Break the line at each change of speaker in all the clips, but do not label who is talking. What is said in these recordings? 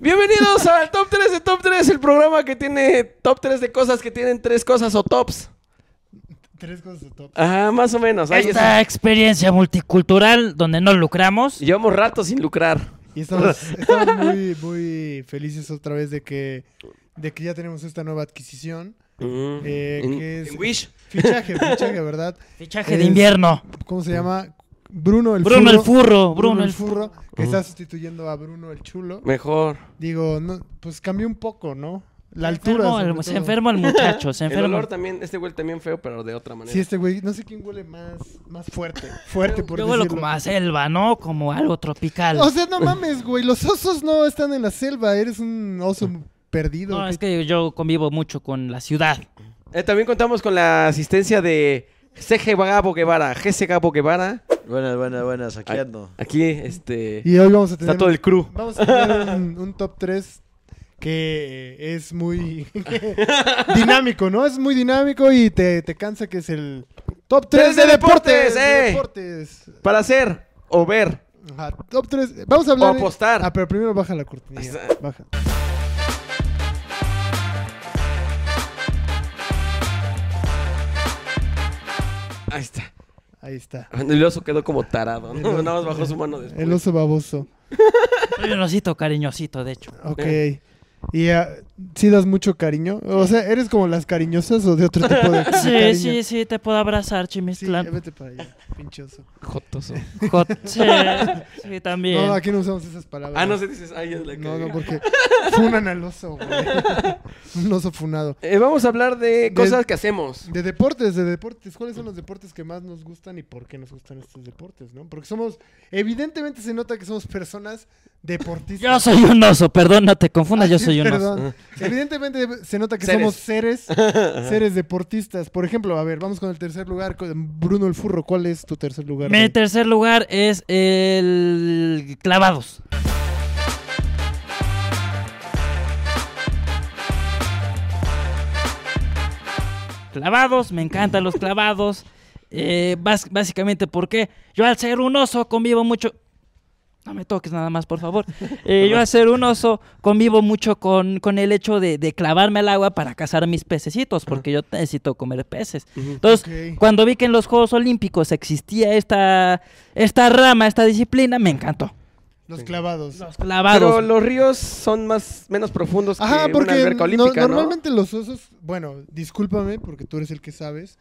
Bienvenidos al Top 3 de Top 3, el programa que tiene Top 3 de cosas que tienen tres cosas o tops.
Tres cosas de top.
Ajá, más o menos. Ahí
Esta
está.
experiencia multicultural donde no lucramos.
Llevamos rato sin lucrar.
Y estamos, estamos muy, muy felices otra vez de que, de que ya tenemos esta nueva adquisición.
Ujú.
Eh,
en,
¿qué es?
en Wish.
Fichaje, fichaje, ¿verdad?
Fichaje de
Es-
invierno.
¿Cómo se llama? Bruno el
Bruno
Furro.
el Furro. Bruno el Furro.
Furro, que está sustituyendo a Bruno el Chulo.
Mejor.
Digo, no, pues cambió un poco, ¿no? La
Se
altura.
enfermó
sobre
el-
todo.
se enferma el muchacho. Se
El
enferma.
olor también, este güey también feo, pero de otra manera.
Sí, este güey, no sé quién huele más, más fuerte. Fuerte, por
Yo vuelo
decirlo.
como a selva, ¿no? Como algo tropical.
O sea, no mames, güey. Los osos no están en la selva. Eres un oso perdido.
No,
¿Qué-
es que yo convivo mucho con la ciudad.
Eh, también contamos con la asistencia de CG Gabo Guevara, GC Gabo Guevara.
Buenas, buenas, buenas. Aquí
Ay.
ando.
Aquí, este.
Y hoy vamos a tener,
Está todo el crew.
vamos a tener un, un top 3 que eh, es muy dinámico, ¿no? Es muy dinámico y te, te cansa que es el top 3,
¡Tres
de,
de
deportes.
deportes,
de
eh!
deportes.
Para hacer o ver.
Ajá, top 3. Vamos a hablar.
O apostar.
Ah, pero primero baja la cortinilla.
Ahí
Baja.
Ahí está.
Ahí está.
El oso quedó como tarado, ¿no? Nada más bajó su mano después.
El oso baboso.
Soy un osito cariñosito, de hecho.
Ok. Y ah, sí das mucho cariño. O sea, ¿eres como las cariñosas o de otro tipo de, de
Sí,
cariño?
sí, sí, te puedo abrazar,
Sí,
Chimistlán.
vete para allá, pinchoso.
Jotoso.
Hot- Sí, sí, también.
No, aquí no usamos esas palabras.
Ah, no se dices. Ay, es la
No,
cagué.
no, porque funan al oso, güey. Un oso funado.
Eh, vamos a hablar de cosas que hacemos.
De deportes, de deportes. ¿Cuáles son los deportes que más nos gustan y por qué nos gustan estos deportes, no? Porque somos, evidentemente se nota que somos personas deportistas.
Yo soy un oso, perdón, no te confundas, yo soy un oso.
Ah,
Ah.
Perdón. Evidentemente se nota que
Seres.
somos seres, seres deportistas. Por ejemplo, a ver, vamos con el tercer lugar, con Bruno el Furro. ¿Cuál es tu tercer lugar?
Mi
güey?
tercer lugar es el clavados. Clavados, me encantan los clavados. Eh, bas- básicamente porque yo al ser un oso convivo mucho... No me toques nada más, por favor. Eh, yo al ser un oso convivo mucho con, con el hecho de, de clavarme al agua para cazar mis pececitos, porque yo necesito comer peces. Entonces,
Ok.
cuando vi que en los Juegos Olímpicos existía esta, esta rama, esta disciplina, me encantó.
Los clavados.
Los
Pero
clavados.
los ríos son más menos profundos
pues,
Ajá,
que
porque
una alberca
no-
olímpica, ¿no?
normalmente los osos, bueno, discúlpame porque tú eres el que sabes,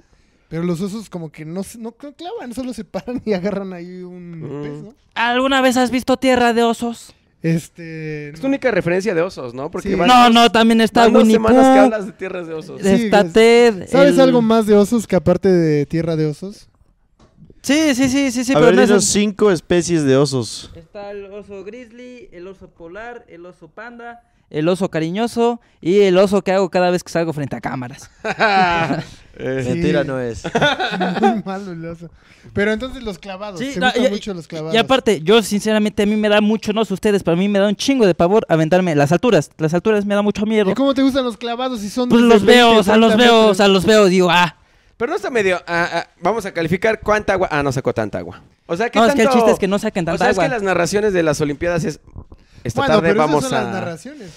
pero los osos como que no, se- no, no clavan, solo se paran y agarran ahí un
Mm.
pez, ¿no?
¿Alguna vez has visto Tierra de Osos?
Este...
Es tu
no.
única referencia de osos, ¿no? Porque
Sí.
van-
no, no, también está
van dos
Winnie
semanas que
Pooh,
hablas de tierras de osos.
Sí,
está
es-
Ted.
¿Sabes
el-
algo más de osos que aparte de tierra de osos?
Sí, sí, sí, sí, sí,
a
pero
ver,
no es
dinos
el-
cinco especies de osos.
Está el oso grizzly, el oso polar, el oso panda, el oso cariñoso y el oso que hago cada vez que salgo frente a cámaras.
Sí.
Mentira no es.
Muy malo el oso. Pero entonces los clavados,
Sí,
te
no,
gustan
y-
mucho los clavados.
Y aparte, yo sinceramente a mí me da mucho, no sé ustedes, pero a mí me da un chingo de pavor aventarme las alturas. Las alturas me da mucho miedo.
¿Y cómo te gustan los clavados si son
Pues
desde
los
20
veo, o sea, los
30
veo, o
metros?
sea, los veo, digo, ah.
Pero no está medio. ah, ah, vamos a calificar cuánta agua. Ah, no sacó tanta agua. O sea, ¿qué
No, es que el
tanto-
chiste es que no saquen
O
tanta
sea, es
agua.
que las narraciones de las Olimpiadas es. Esta
bueno,
tarde
pero esas
vamos
son
a.
las narraciones.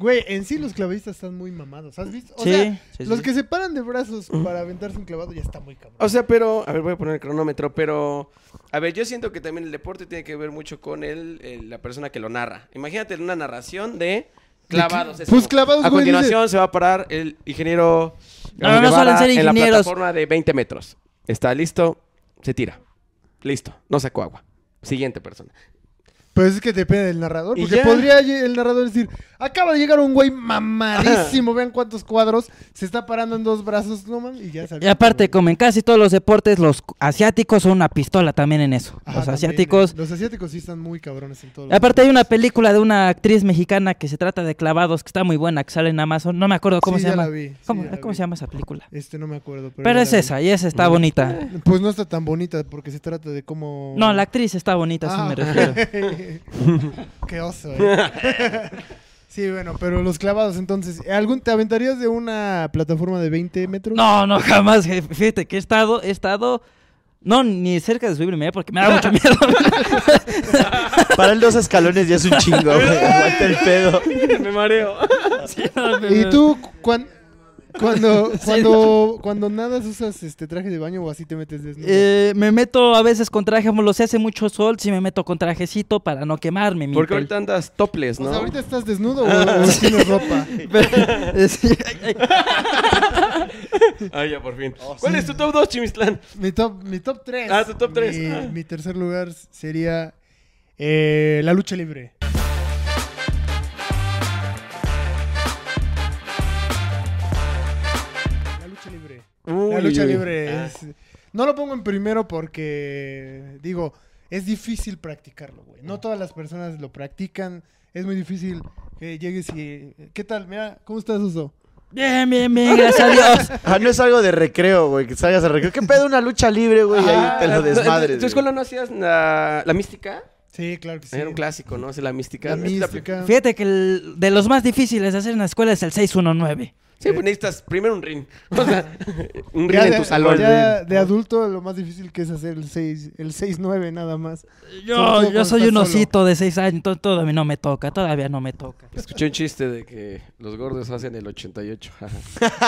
Güey, en sí los clavistas están muy mamados, ¿has visto? O
Sí,
sea,
sí, sí,
los
sí.
que se paran de brazos para aventarse un clavado ya está muy cabrón.
O sea, pero, a ver, voy a poner el cronómetro, pero, a ver, yo siento que también el deporte tiene que ver mucho con el, el- la persona que lo narra. Imagínate una narración de clavados.
¿De qué?
es
Pues clavados,
A
güey,
continuación se va a parar el ingeniero
No,
Gabo
no
Guevara
suelen ser
en la
ingenieros.
plataforma de 20 metros. Está listo, se tira. Listo, no sacó agua. Siguiente persona.
Pero pues es que depende del narrador.
Y
Porque
ya.
podría lle- el narrador decir: Acaba de llegar un güey mamadísimo. Vean cuántos cuadros. Se está parando en dos brazos. No mames. Y ya
Y
sabía.
aparte, como en casi todos los deportes, los asiáticos son una pistola también en eso.
Ajá,
los
también,
asiáticos.
eh, los asiáticos sí están muy cabrones en todo.
Aparte hay una película de una actriz mexicana que se trata de clavados, que está muy buena, que sale en Amazon. No me acuerdo cómo
Sí,
se
ya
llama.
la vi, sí,
¿Cómo,
ya la
cómo
vi.
se llama esa película?
Este no me acuerdo. Pero,
Pero
ya
es
la vi.
esa, y esa está bonita.
Pues no está tan bonita porque se trata de cómo.
No, la actriz está bonita, a eso
Ah,
me refiero.
ok. Qué oso, eh. Sí, bueno, pero los clavados entonces. ¿Algún, ¿Te aventarías de una plataforma de 20 metros?
No, no, jamás. je- Fíjate que he estado, he estado No, ni cerca de subirme, ¿eh? porque me da mucho miedo.
Para él dos escalones ya es un chingo, güey. Aguanta el pedo.
Me mareo.
Sí, no, me-
¿Y tú cuan- cuando, cuando, cuando nadas usas este traje de baño o así te metes desnudo?
Eh, me meto a veces con traje, como lo sé, hace mucho sol, sí me meto con trajecito para no quemarme. mi
Porque
piel.
ahorita andas toples,
O
¿no?
sea, ahorita estás desnudo o, o tienes ropa.
Sí, ay, ay.
Ah, ya por fin. ¿Cuál es tu top 2, Chimistlán?
Mi top, mi top 3.
Ah, tu top tres.
Mi,
Ah.
mi tercer lugar sería eh, la lucha libre. La lucha libre. La lucha libre.
Ah.
es- No lo pongo en primero porque, digo, es difícil practicarlo, güey. No todas las personas lo practican. Es muy difícil que llegues y... ¿Qué tal? Mira, ¿cómo estás, Uso?
Bien, bien, bien, gracias a Dios.
Ah, no es algo de recreo, güey. Que salgas a recreo. ¿Qué pedo una lucha libre, güey? Y
Ah,
ahí te lo
no,
desmadres.
¿En tu
güey.
escuela no hacías la, la mística?
Sí, claro que sí.
Era un clásico, ¿no? Hacer la mística.
La
Es la-
mística.
Fíjate que el- de los más difíciles de hacer en la escuela es el 619.
Sí, pues necesitas primero un ring. O sea, un ring
Ya
en
de,
tu salón.
ya de adulto lo más difícil que es hacer el 6 el 6-9 nada más. Sobre todo
Yo, yo
cuando
soy
estás
un
solo.
osito de 6 años, to- todavía no me toca, todavía no me toca.
Escuché un chiste de que los gordos hacen el 88.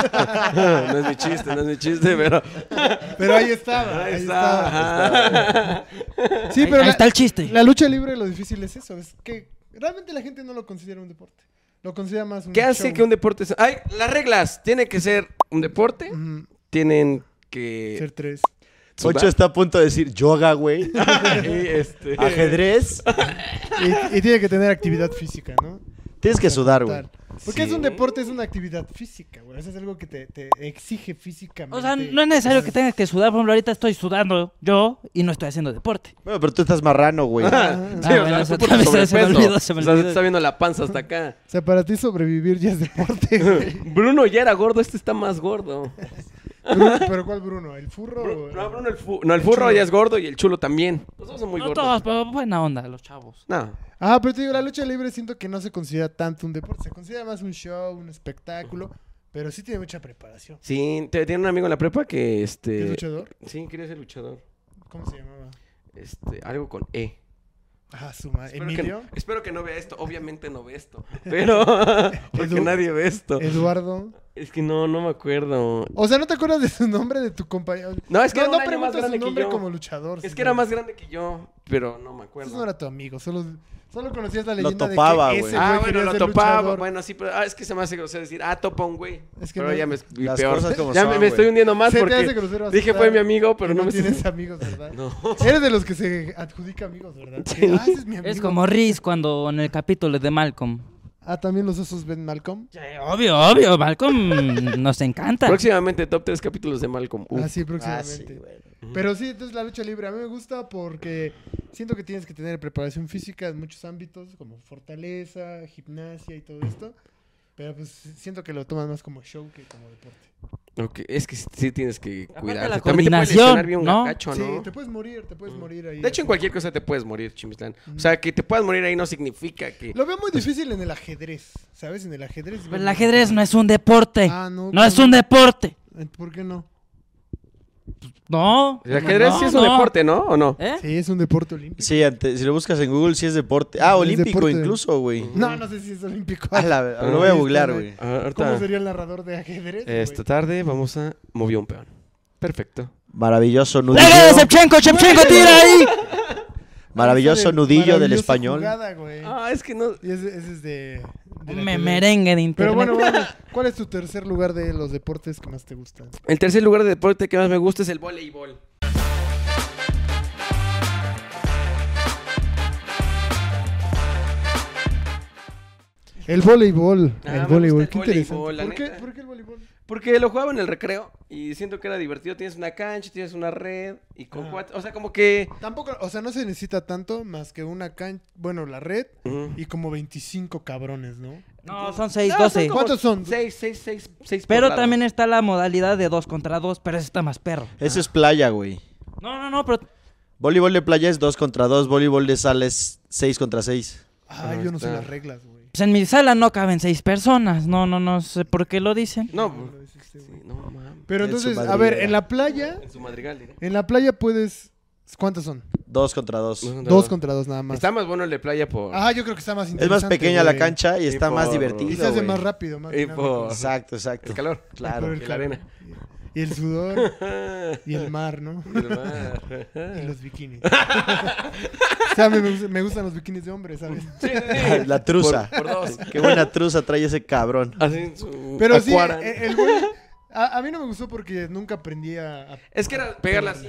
no es mi chiste, no es mi chiste, pero.
Pero ahí estaba. Ahí, estaba.
Ajá.
Sí,
Ahí-
pero
ahí
la,
está el chiste.
la lucha libre lo difícil es eso. Es que realmente la gente no lo considera un deporte. Lo considera más un
¿Qué hace
show.
que un deporte sea- Ay, las reglas. Tiene que ser un deporte.
Ujú,
Tienen que.
Ser tres.
Poncho está a punto de decir yoga, güey.
Y, este,
Ajedrez.
Y, y tiene que tener actividad física, ¿no?
Tienes que
Para
sudar, güey.
contar. Porque es
Sí.
un deporte, es una actividad física, güey. Eso es algo que te, te exige físicamente.
O sea,
Este,
no es necesario que tengas que sudar, por ejemplo, ahorita estoy sudando yo y no estoy haciendo deporte.
Bueno, pero tú estás marrano, güey.
Ah, sí,
Ah,
o
bueno,
sea,
eso
tú por
también se- se me
sobrepeso.
olvidó, se me
O sea,
olvidó.
está viendo la panza hasta acá.
O sea, para ti sobrevivir ya es deporte, güey.
Bruno ya era gordo, este está más gordo.
Bruno- ¿Pero cuál Bruno? ¿El furro? o-
Bru- no, Bruno el, fu- no, el furro ya es gordo y el chulo también. Los dos son muy
no todos,
gordos.
pero buena onda los chavos.
No.
Ah, pero te digo, la lucha libre siento que no se considera tanto un deporte, se considera más un show, un espectáculo, pero sí tiene mucha preparación.
Sí, te- tiene un amigo en la prepa que
¿Es
este.
luchador?
Sí, quería ser luchador.
¿Cómo se llamaba?
Este, algo con E.
Ah, su madre.
Espero que,
¿Emilio?
no, espero que no vea esto. Obviamente no ve esto. Pero. porque
Edu-
nadie ve esto.
Eduardo.
Es que no, no me acuerdo.
O sea, ¿no te acuerdas de su nombre, de tu compañero?
No, es que
no,
era un año
no
más
preguntas
grande
su
que
nombre
yo.
como luchador.
Es
sino-
que era más grande que yo, pero no me
Entonces no
acuerdo.
era tu amigo, solo, solo conocías la leyenda
topaba,
de que
güey.
ese
Ah,
güey
bueno,
quería
lo
ser
topaba.
luchador.
Bueno, sí, pero ah, es que se me hace grosero decir, ah, topa un güey.
Es que
pero
no-
ya me, y
Las
peor.
cosas como
ya me,
son,
me
güey.
estoy hundiendo más
Se te hace
porque
grosero
dije
aceptar
fue mi amigo, pero
que
no me
tienes amigos, ¿verdad?
No.
Eres de los que se adjudica amigos, ¿verdad? Que, ah, ese es mi
Es
amigo.
como Riz cuando en el capítulo de Malcolm.
Ah, también los osos ven Malcolm.
Sí, obvio, obvio, Malcolm nos encanta.
Próximamente top 3 capítulos de Malcolm. Uf.
Ah, sí,
Ah, sí,
próximamente.
güey.
Pero sí, entonces la lucha libre a mí me gusta porque siento que tienes que tener preparación física en muchos ámbitos, como fortaleza, gimnasia y todo esto. Pero pues siento que lo toman más como show que como deporte.
Ok, Es que sí tienes que cuidar. También te
la
puedes
coordinación,
lesionar bien
¿no?
gacho,
Sí,
Ah, ¿no?
te puedes morir, te puedes morir ahí.
De hecho, en cualquier cosa te puedes morir, Chimislán. O sea, que te puedas morir ahí no significa que...
Mm. Lo veo muy difícil en el ajedrez, ¿sabes? En el ajedrez.
Pero el ajedrez no es un deporte.
Ah, no,
no,
¿cómo? Eh,
es un deporte.
¿Por qué no?
No.
El ajedrez
no,
sí es un
no.
deporte, ¿no? ¿O no?
¿Eh?
Sí, es un deporte olímpico.
Sí, ante- si lo buscas en Google, sí es deporte. Ah,
Es
olímpico
deporte. Ah,
incluso, güey.
No, no sé si es olímpico.
A la- lo voy a googlear, güey.
Ah, ahorita-
¿Cómo sería el narrador de ajedrez? güey?
Esta tarde vamos a... Movió un peón. Perfecto.
Maravilloso nudillo.
¡Venga, Shevchenko, Shevchenko, tira ahí!
Maravilloso
Esa de-
nudillo del
maravillosa
español.
jugada, güey.
Ah, es que no...
Y ese, ese es de. de la
Me
que-
merengue de internet.
Pero bueno, vamos, ¿cuál es tu tercer lugar de los deportes que más te gustan?
El tercer lugar de deporte que más me gusta es el voleibol.
El voleibol.
Ah, me
el voleibol,
gusta
qué
el
interesante.
voleibol, la
¿Por qué,
neta.
por qué el voleibol?
Porque lo jugaba en el recreo y siento que era divertido. Tienes una cancha, tienes una red y con
Ah.
cuatro... O sea, como que...
Tampoco, o sea, no se necesita tanto más que una cancha, bueno, la red
Ujú.
y como 25 cabrones, ¿no?
No, son 6,
No, son
12.
como
¿Cuántos son?
Seis, seis, seis, seis por
Pero
lado.
también está la modalidad de 2 contra 2, pero esa está más perro.
Eso es playa, güey.
No, no, no, pero
Voleibol de playa es 2 contra 2, voleibol de sala es 6 contra 6.
Ah,
Ah,
yo no sé
está.
las reglas, güey.
Pues en mi sala no caben seis personas. No, no, no sé por qué lo dicen.
No,
No,
pues,
no es este,
sí,
güey.
no mames.
Pero
En su
entonces, a
madriguera.
ver, en la playa,
En su madrigal, diré.
en la playa puedes... ¿Cuántas son?
Dos contra dos.
No, no,
Dos
no.
contra dos nada más.
Está más bueno el de playa por.
Ah, yo creo que está más
Es
interesante.
más pequeña la
güey.
cancha y
Y
está más
por-
Y
divertido.
se hace
güey.
más rápido, más
Y
dinámico.
por-
Exacto, exacto.
el calor.
Claro.
Por
Y la arena.
Y el sudor,
Ah,
y el mar, ¿no?
y el mar.
Y los bikinis. o sea, me, me gust- me gustan los bikinis de hombres, ¿sabes?
Sí, sí, sí.
La truza.
Por, por dos.
Qué buena truza trae ese cabrón.
Así su
Pero sí, e,
acuaran.
el, el güey... A, a mí no me gustó porque nunca aprendí a... a-
Es que era pegarla así.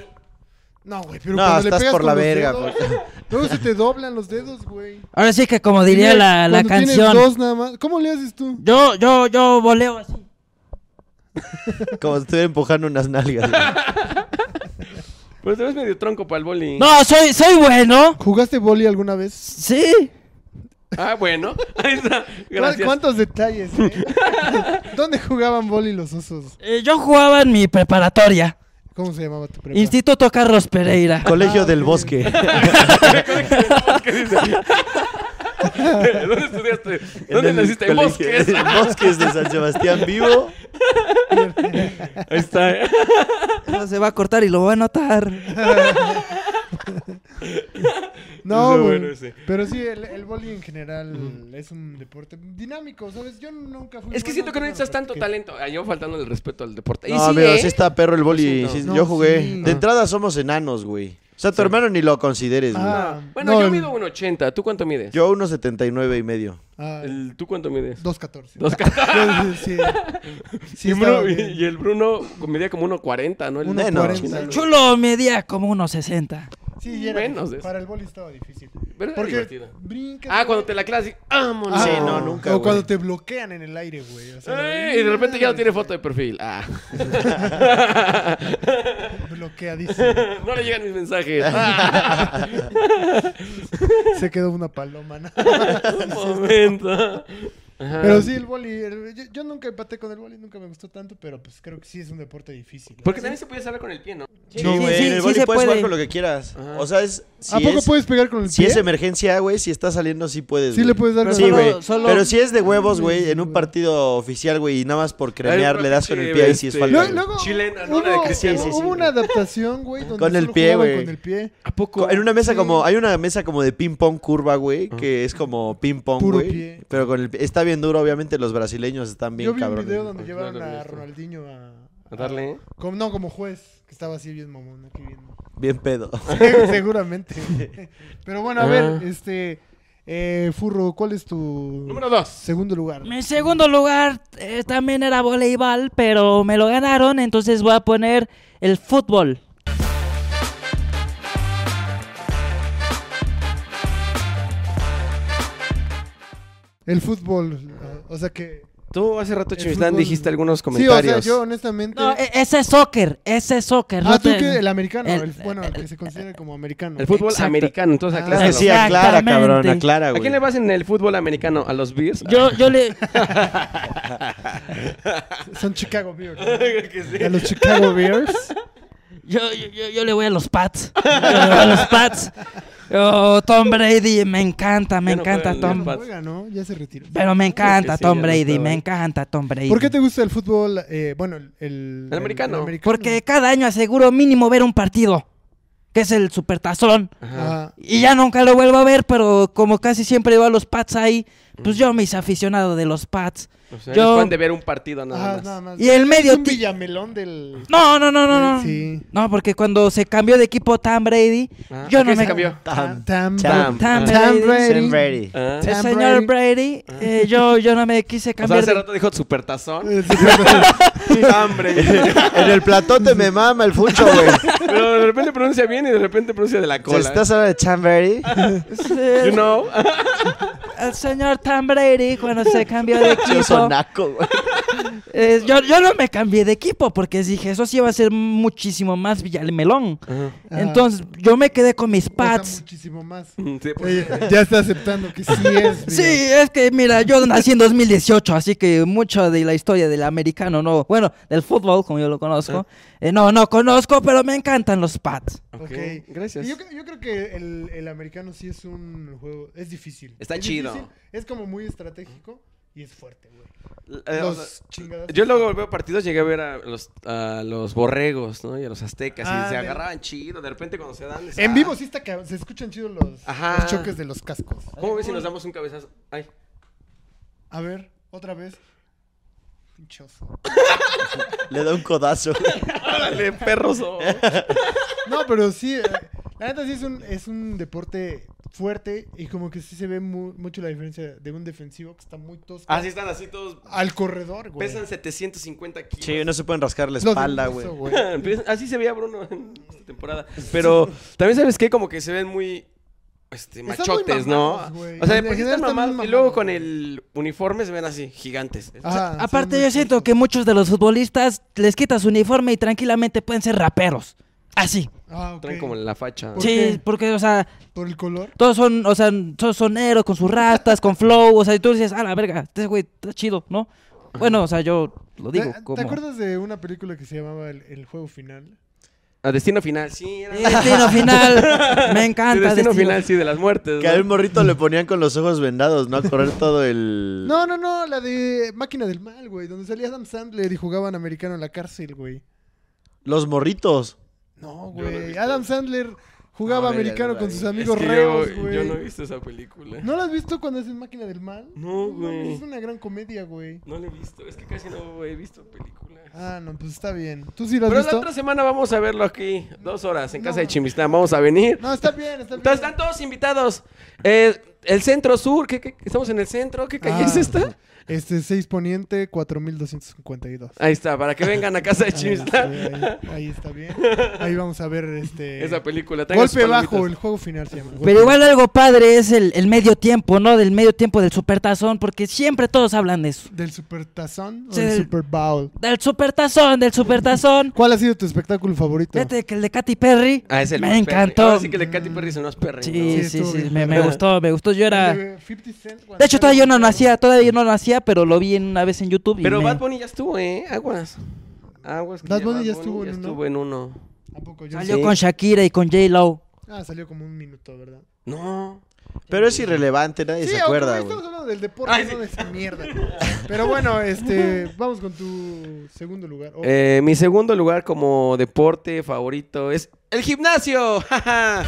No, güey, pero
No,
cuando le
estás
pegas
por
con
la
los
verga,
dedos, Luego se te doblan los dedos, güey.
Ahora sí que como diría
Mira,
la, la
cuando tienes
canción.
dos nada más. ¿Cómo le haces tú?
Yo, yo, yo voleo así.
Como si estuviera empujando unas nalgas. güey.
Pero Pues te ves medio tronco para el boli.
No, soy, soy bueno.
¿Jugaste voli alguna vez?
Sí.
Ah, bueno. Ahí está. Gracias.
¿Cuántos detalles? eh? ¿Dónde jugaban voli los osos?
Eh, yo jugaba en mi preparatoria.
¿Cómo se llamaba tu prepa?
Instituto Carlos Pereira.
Colegio
Ah,
del
ok.
Bosque.
¿Qué dice? ¿Dónde estudiaste? ¿Dónde
En el
naciste? En
colegio-
bosques.
en Bosques de San Sebastián Vivo.
Ahí está. ¿eh?
Eso se va a cortar y lo va a notar.
No,
Está
güey.
bueno ese.
Pero sí, el, el voli en general es un deporte dinámico, ¿sabes? Yo nunca fui.
Es que siento que
bueno,
Pues no
nunca
necesitas tanto
practiqué.
talento. Ah, Yo faltando el respeto al deporte. Y
No,
sí,
pero
¿eh?
sí está perro el boli.
Lo
Sí,
siento.
No,
yo jugué.
sí.
De entrada somos enanos, güey. O sea, tu hermano ni lo consideres, güey.
Ah,
Bueno,
no,
yo
el-
mido un 80. ¿Tú cuánto mides?
Yo unos 79 y medio.
Ah,
El- ¿Tú cuánto mides?
2.14.
Dos ca-
sí. Sí,
y,
estaba
Bruno-
bien.
y el Bruno medía como 1.40, ¿no? El-
Uno-
El
Chulo medía como unos 60.
Sí, y era
Menos de eso.
Para el boli estaba difícil.
Pero era
Porque
divertido.
brincas. Ah,
Ah, cuando te la clavas y... ¡Vámonos!
Sí, no, nunca,
O
güey.
cuando te bloquean en el aire, güey. o sea,
Ey, Eh, y de repente ya no tiene foto de perfil. Ah.
Bloqueadísimo.
no le llegan mis mensajes. Ah,
Se quedó una paloma. ¿no?
un momento. Ajá.
Pero sí, el boli. el- yo, yo nunca empaté con el boli, nunca me gustó tanto, pero pues creo que sí es un deporte difícil.
Porque también se podía saber con el pie, ¿no?
No,
sí,
güey,
sí,
en el
sí
boli
se
puedes
puede.
jugar con lo que quieras.
Ajá.
O sea, es. Si
¿A poco
es,
puedes pegar con el
Si
pie?
es emergencia, güey, si está saliendo, sí puedes.
Sí
güey.
le puedes dar con
Pero
Sí,
el
solo-
güey.
solo- Mm.
Pero si es de huevos, güey, en un partido oficial, güey, y nada más por cremear
Ay,
le das con el
sí,
pie y si es
este-
falta.
Luego,
güey.
luego
Chilena, ¿no?
hubo,
La de Cristiano.
hubo
Sí, sí, sí.
una adaptación, güey, donde
Con el
solo
pie,
jugaban
güey.
con el pie.
¿A poco?
Co- En una mesa
Sí.
como, hay una mesa como de ping pong curva, güey,
Ah.
que es como ping pong,
Puro
güey.
pie.
Pero con el pie- está bien duro, obviamente los brasileños están bien
Yo vi
cabrones.
un video donde
Ah,
llevaron
claro,
a
esto.
Ronaldinho a...
A darle.
como- no, como juez, que estaba así bien mamón, aquí bien...
Bien pedo.
Seguramente. güey. Pero bueno, a
Ah.
ver, este... eh, Furro, ¿cuál es tu
Número dos.
segundo lugar?
Mi segundo lugar eh, también era voleibol, pero me lo ganaron, entonces voy a poner el fútbol.
El fútbol. ah, O sea que...
Tú hace rato,
El
Chimistán,
fútbol-
dijiste algunos
Sí, o
comentarios.
sea, yo honestamente...
No, e- ese es soccer, ese es soccer.
Ah,
no
tú
te-
que el americano,
el-
el- bueno, el que se considera como americano.
El fútbol
Exacto.
americano, entonces
Ah,
acláralo.
Este sí, aclara,
Exactamente.
cabrón, aclara,
¿A
güey.
quién le vas en el fútbol americano? ¿A los Bears?
Yo, yo le...
Son Chicago Bears. ¿no?
que sí.
A los Chicago Bears.
Yo, yo, yo, yo le voy a los Pats. Yo le voy a los Pats. Oh, Tom Brady, me encanta, me
Ya no
encanta
juega en
Tom.
los Pats.
Juega, ¿no? Ya se retiró.
Pero me encanta
sí, ya
Tom
no
Brady,
está,
me
güey.
encanta Tom Brady.
¿Por qué te gusta el fútbol? eh, bueno, el, el,
americano.
Porque cada año aseguro mínimo ver un partido, que es el Supertazón.
Ajá.
Ah,
Y ya nunca lo vuelvo a ver, pero como casi siempre veo a los Pats ahí, pues yo me hice aficionado de los Pats.
O sea,
Yo-
yo... fan de ver un partido nada
ajá,
más.
nada más.
Y el
Es
medio...
un
ti-
villamelón del.
No, no, no, no, no.
Sí.
No, porque cuando se cambió de equipo Tom Brady,
Ah,
yo
¿a
no
qué
me...
se cambió?
Tam,
Tam,
Tam.
Tom
Ah.
Tom
Brady.
Brady.
Sam Brady.
Ah.
El
Tom
señor Brady, eh, yo, yo no me
O
quise
sea,
cambiar.
hace
de-
rato dijo supertazón.
Eh, sí.
Hambre.
En el platote me mama el fucho, güey.
Pero de repente pronuncia bien y de repente pronuncia de la
¿Se
cola.
estás hablando de Sam Brady?
You know.
El señor Tom Brady, cuando se cambió de
Yo
equipo,
sonaco, güey.
eh, yo, yo no me cambié de equipo porque dije, eso sí va a ser muchísimo más Villamelón.
Ajá.
Entonces, yo me quedé con mis
Ah. Pasa
pads.
muchísimo más.
Mm, sí, pues,
Oye, ya está aceptando que sí es.
Sí, es que mira, yo nací en 2018, así que mucho de la historia del americano, no, bueno, del fútbol, como yo lo conozco, eh, no, no conozco, pero me encantan los pads.
Ok.
Ok,
Ok.
gracias.
Y Yo, cre- yo creo que el, el americano sí es un juego. Es difícil.
Está
Es
chido.
difícil, es como muy estratégico y es fuerte, güey.
Eh, o
Los
sea,
chingadas.
Yo luego veo partidos, llegué a ver a los, a los borregos, ¿no? Y a los aztecas.
Ah,
y se
de-
agarraban chido, de repente cuando se dan... les-
En
ah,
vivo sí está cabrón. Se escuchan chidos los,
Ajá.
los choques de los cascos.
¿Cómo ves si nos damos un cabezazo? Ay.
A ver, otra vez. Pinchoso.
Le da un codazo.
¡Órale, perroso!
No, pero sí. eh, La neta sí es un, es un deporte fuerte y como que sí se ve mu- mucho la diferencia de un defensivo que está muy tosco
Así están, así todos...
al corredor, Ah, güey.
Pesan 750 kilos.
Sí, no se pueden rascar la
Lo
espalda, güey.
detesto,
Empiezan- Así se veía Bruno en esta temporada. Pero también sabes que como que se ven muy este,
Están
machotes,
muy mamados,
¿no?
güey.
O sea, de
En
por sí
general
están
están muy
mamados y luego
mamados,
con
güey.
el uniforme se ven así, gigantes.
Ajá,
Aparte,
son Ah, muy
yo siento
toscos.
que muchos de los futbolistas les quitas su uniforme y tranquilamente pueden ser raperos. Así.
Ah, ok.
Traen como la facha.
¿Por
sí,
qué?
porque, o sea,
Por el color.
todos son, o sea, todos son negros con sus rastas, con flow. O sea, y tú dices, ah, la verga, este güey está chido, ¿no? Bueno, o sea, yo lo digo.
¿Te,
como...
te acuerdas de una película que se llamaba El, el Juego Final?
A destino final, sí. Era...
Destino final. Me
Sí,
encanta.
destino final, sí, de las muertes.
Que a un
¿no?
morrito le ponían con los ojos vendados, ¿no? A correr todo el...
No, no, no, la de Máquina del Mal, güey, donde salía Adam Sandler y jugaban americano en la cárcel, güey.
Los morritos.
No,
Yo no he
güey.
visto. Ah,
Adam Sandler jugaba
A ver,
americano
ya,
con
ya,
sus
ya.
amigos
Es que yo-
reos, güey.
Yo no he visto esa película.
¿No la has visto cuando es en Máquina del Mal?
No, güey.
Es una gran comedia, güey.
No la he visto. Es que casi no he visto películas.
Ah, no, pues está bien. ¿Tú sí lo has
Pero la
visto?
otra semana vamos a verlo aquí. Dos horas en casa
No.
de Chimistán. Vamos a venir.
No, está bien, está bien.
Entonces están todos invitados. Eh, el centro sur, ¿qué, qué- estamos en el centro, ¿qué calle es
Ah.
esta?
Este, 6 Poniente, 4252.
Ahí está, para que vengan a casa de Chimistán.
Ah, sí, ahí, ahí está bien. Ahí vamos a ver este.
Esa película. traigan sus
Golpe bajo, el
palomitas.
juego final se llama.
Pero igual algo padre es el, el medio tiempo, ¿no? Del medio tiempo del supertazón, porque siempre todos hablan de eso.
¿Del Super Tazón o
Sí,
del
del-
Super Bowl?
Del supertazón, del supertazón.
¿Cuál ha sido tu espectáculo favorito?
Fíjate que el de Katy Perry
Ah, es el
me
más perri.
encantó.
Ahora sí que le Katy Perry son más perri.
Sí,
Sí,
sí,
estuvo
sí,
bien.
me, me gustó, me gustó. Yo era...
El de 50 Cent, cuando
De hecho,
sale
todavía yo no
con-
nacía, todavía no nacía, pero lo vi en- una vez en YouTube. y
Pero
me-
Bad Bunny ya estuvo, ¿eh? Aguas. Aguas. que
Bad Bunny ya estuvo en uno.
estuvo en uno.
¿A poco? Yo no
salió
Sí.
con Shakira y con J-Lo.
sé. Ah, salió como un minuto, ¿verdad?
No.
Pero es irrelevante, nadie se
aunque,
acuerda,
güey,
güey.
Estamos hablando del deporte,
Ay,
no
sí.
de esa mierda. Pero bueno, este, vamos con tu segundo lugar. Oh,
Eh, mi segundo lugar como deporte favorito es el gimnasio. jaja.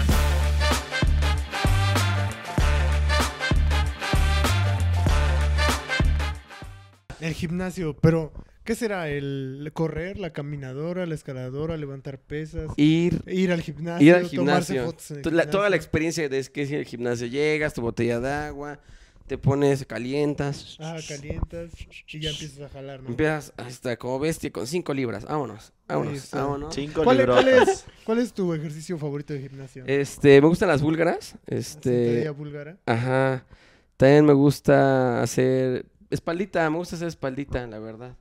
El gimnasio, pero ¿qué será? ¿El correr, la caminadora, la escaladora, levantar pesas?
Ir
Ir al gimnasio,
ir al
Ah, tomarse
gimnasio.
fotos en el
Tu- la- toda la
gimnasio.
experiencia de es que si el gimnasio llegas, tu botella de agua, te pones, calientas,
Ah, calientas y ya empiezas a jalar, ¿no?
empiezas hasta como bestia con 5 libras. Vámonos,
Ahí
vámonos,
está.
vámonos.
Cinco
¿Cuál,
librotas.
cuál es, ¿Cuál es tu ejercicio favorito de gimnasio?
Este, me gustan las
Ah,
búlgaras.
¿Sentadilla
Este,
búlgara?
ajá. También me gusta hacer espaldita, me gusta hacer espaldita, la verdad.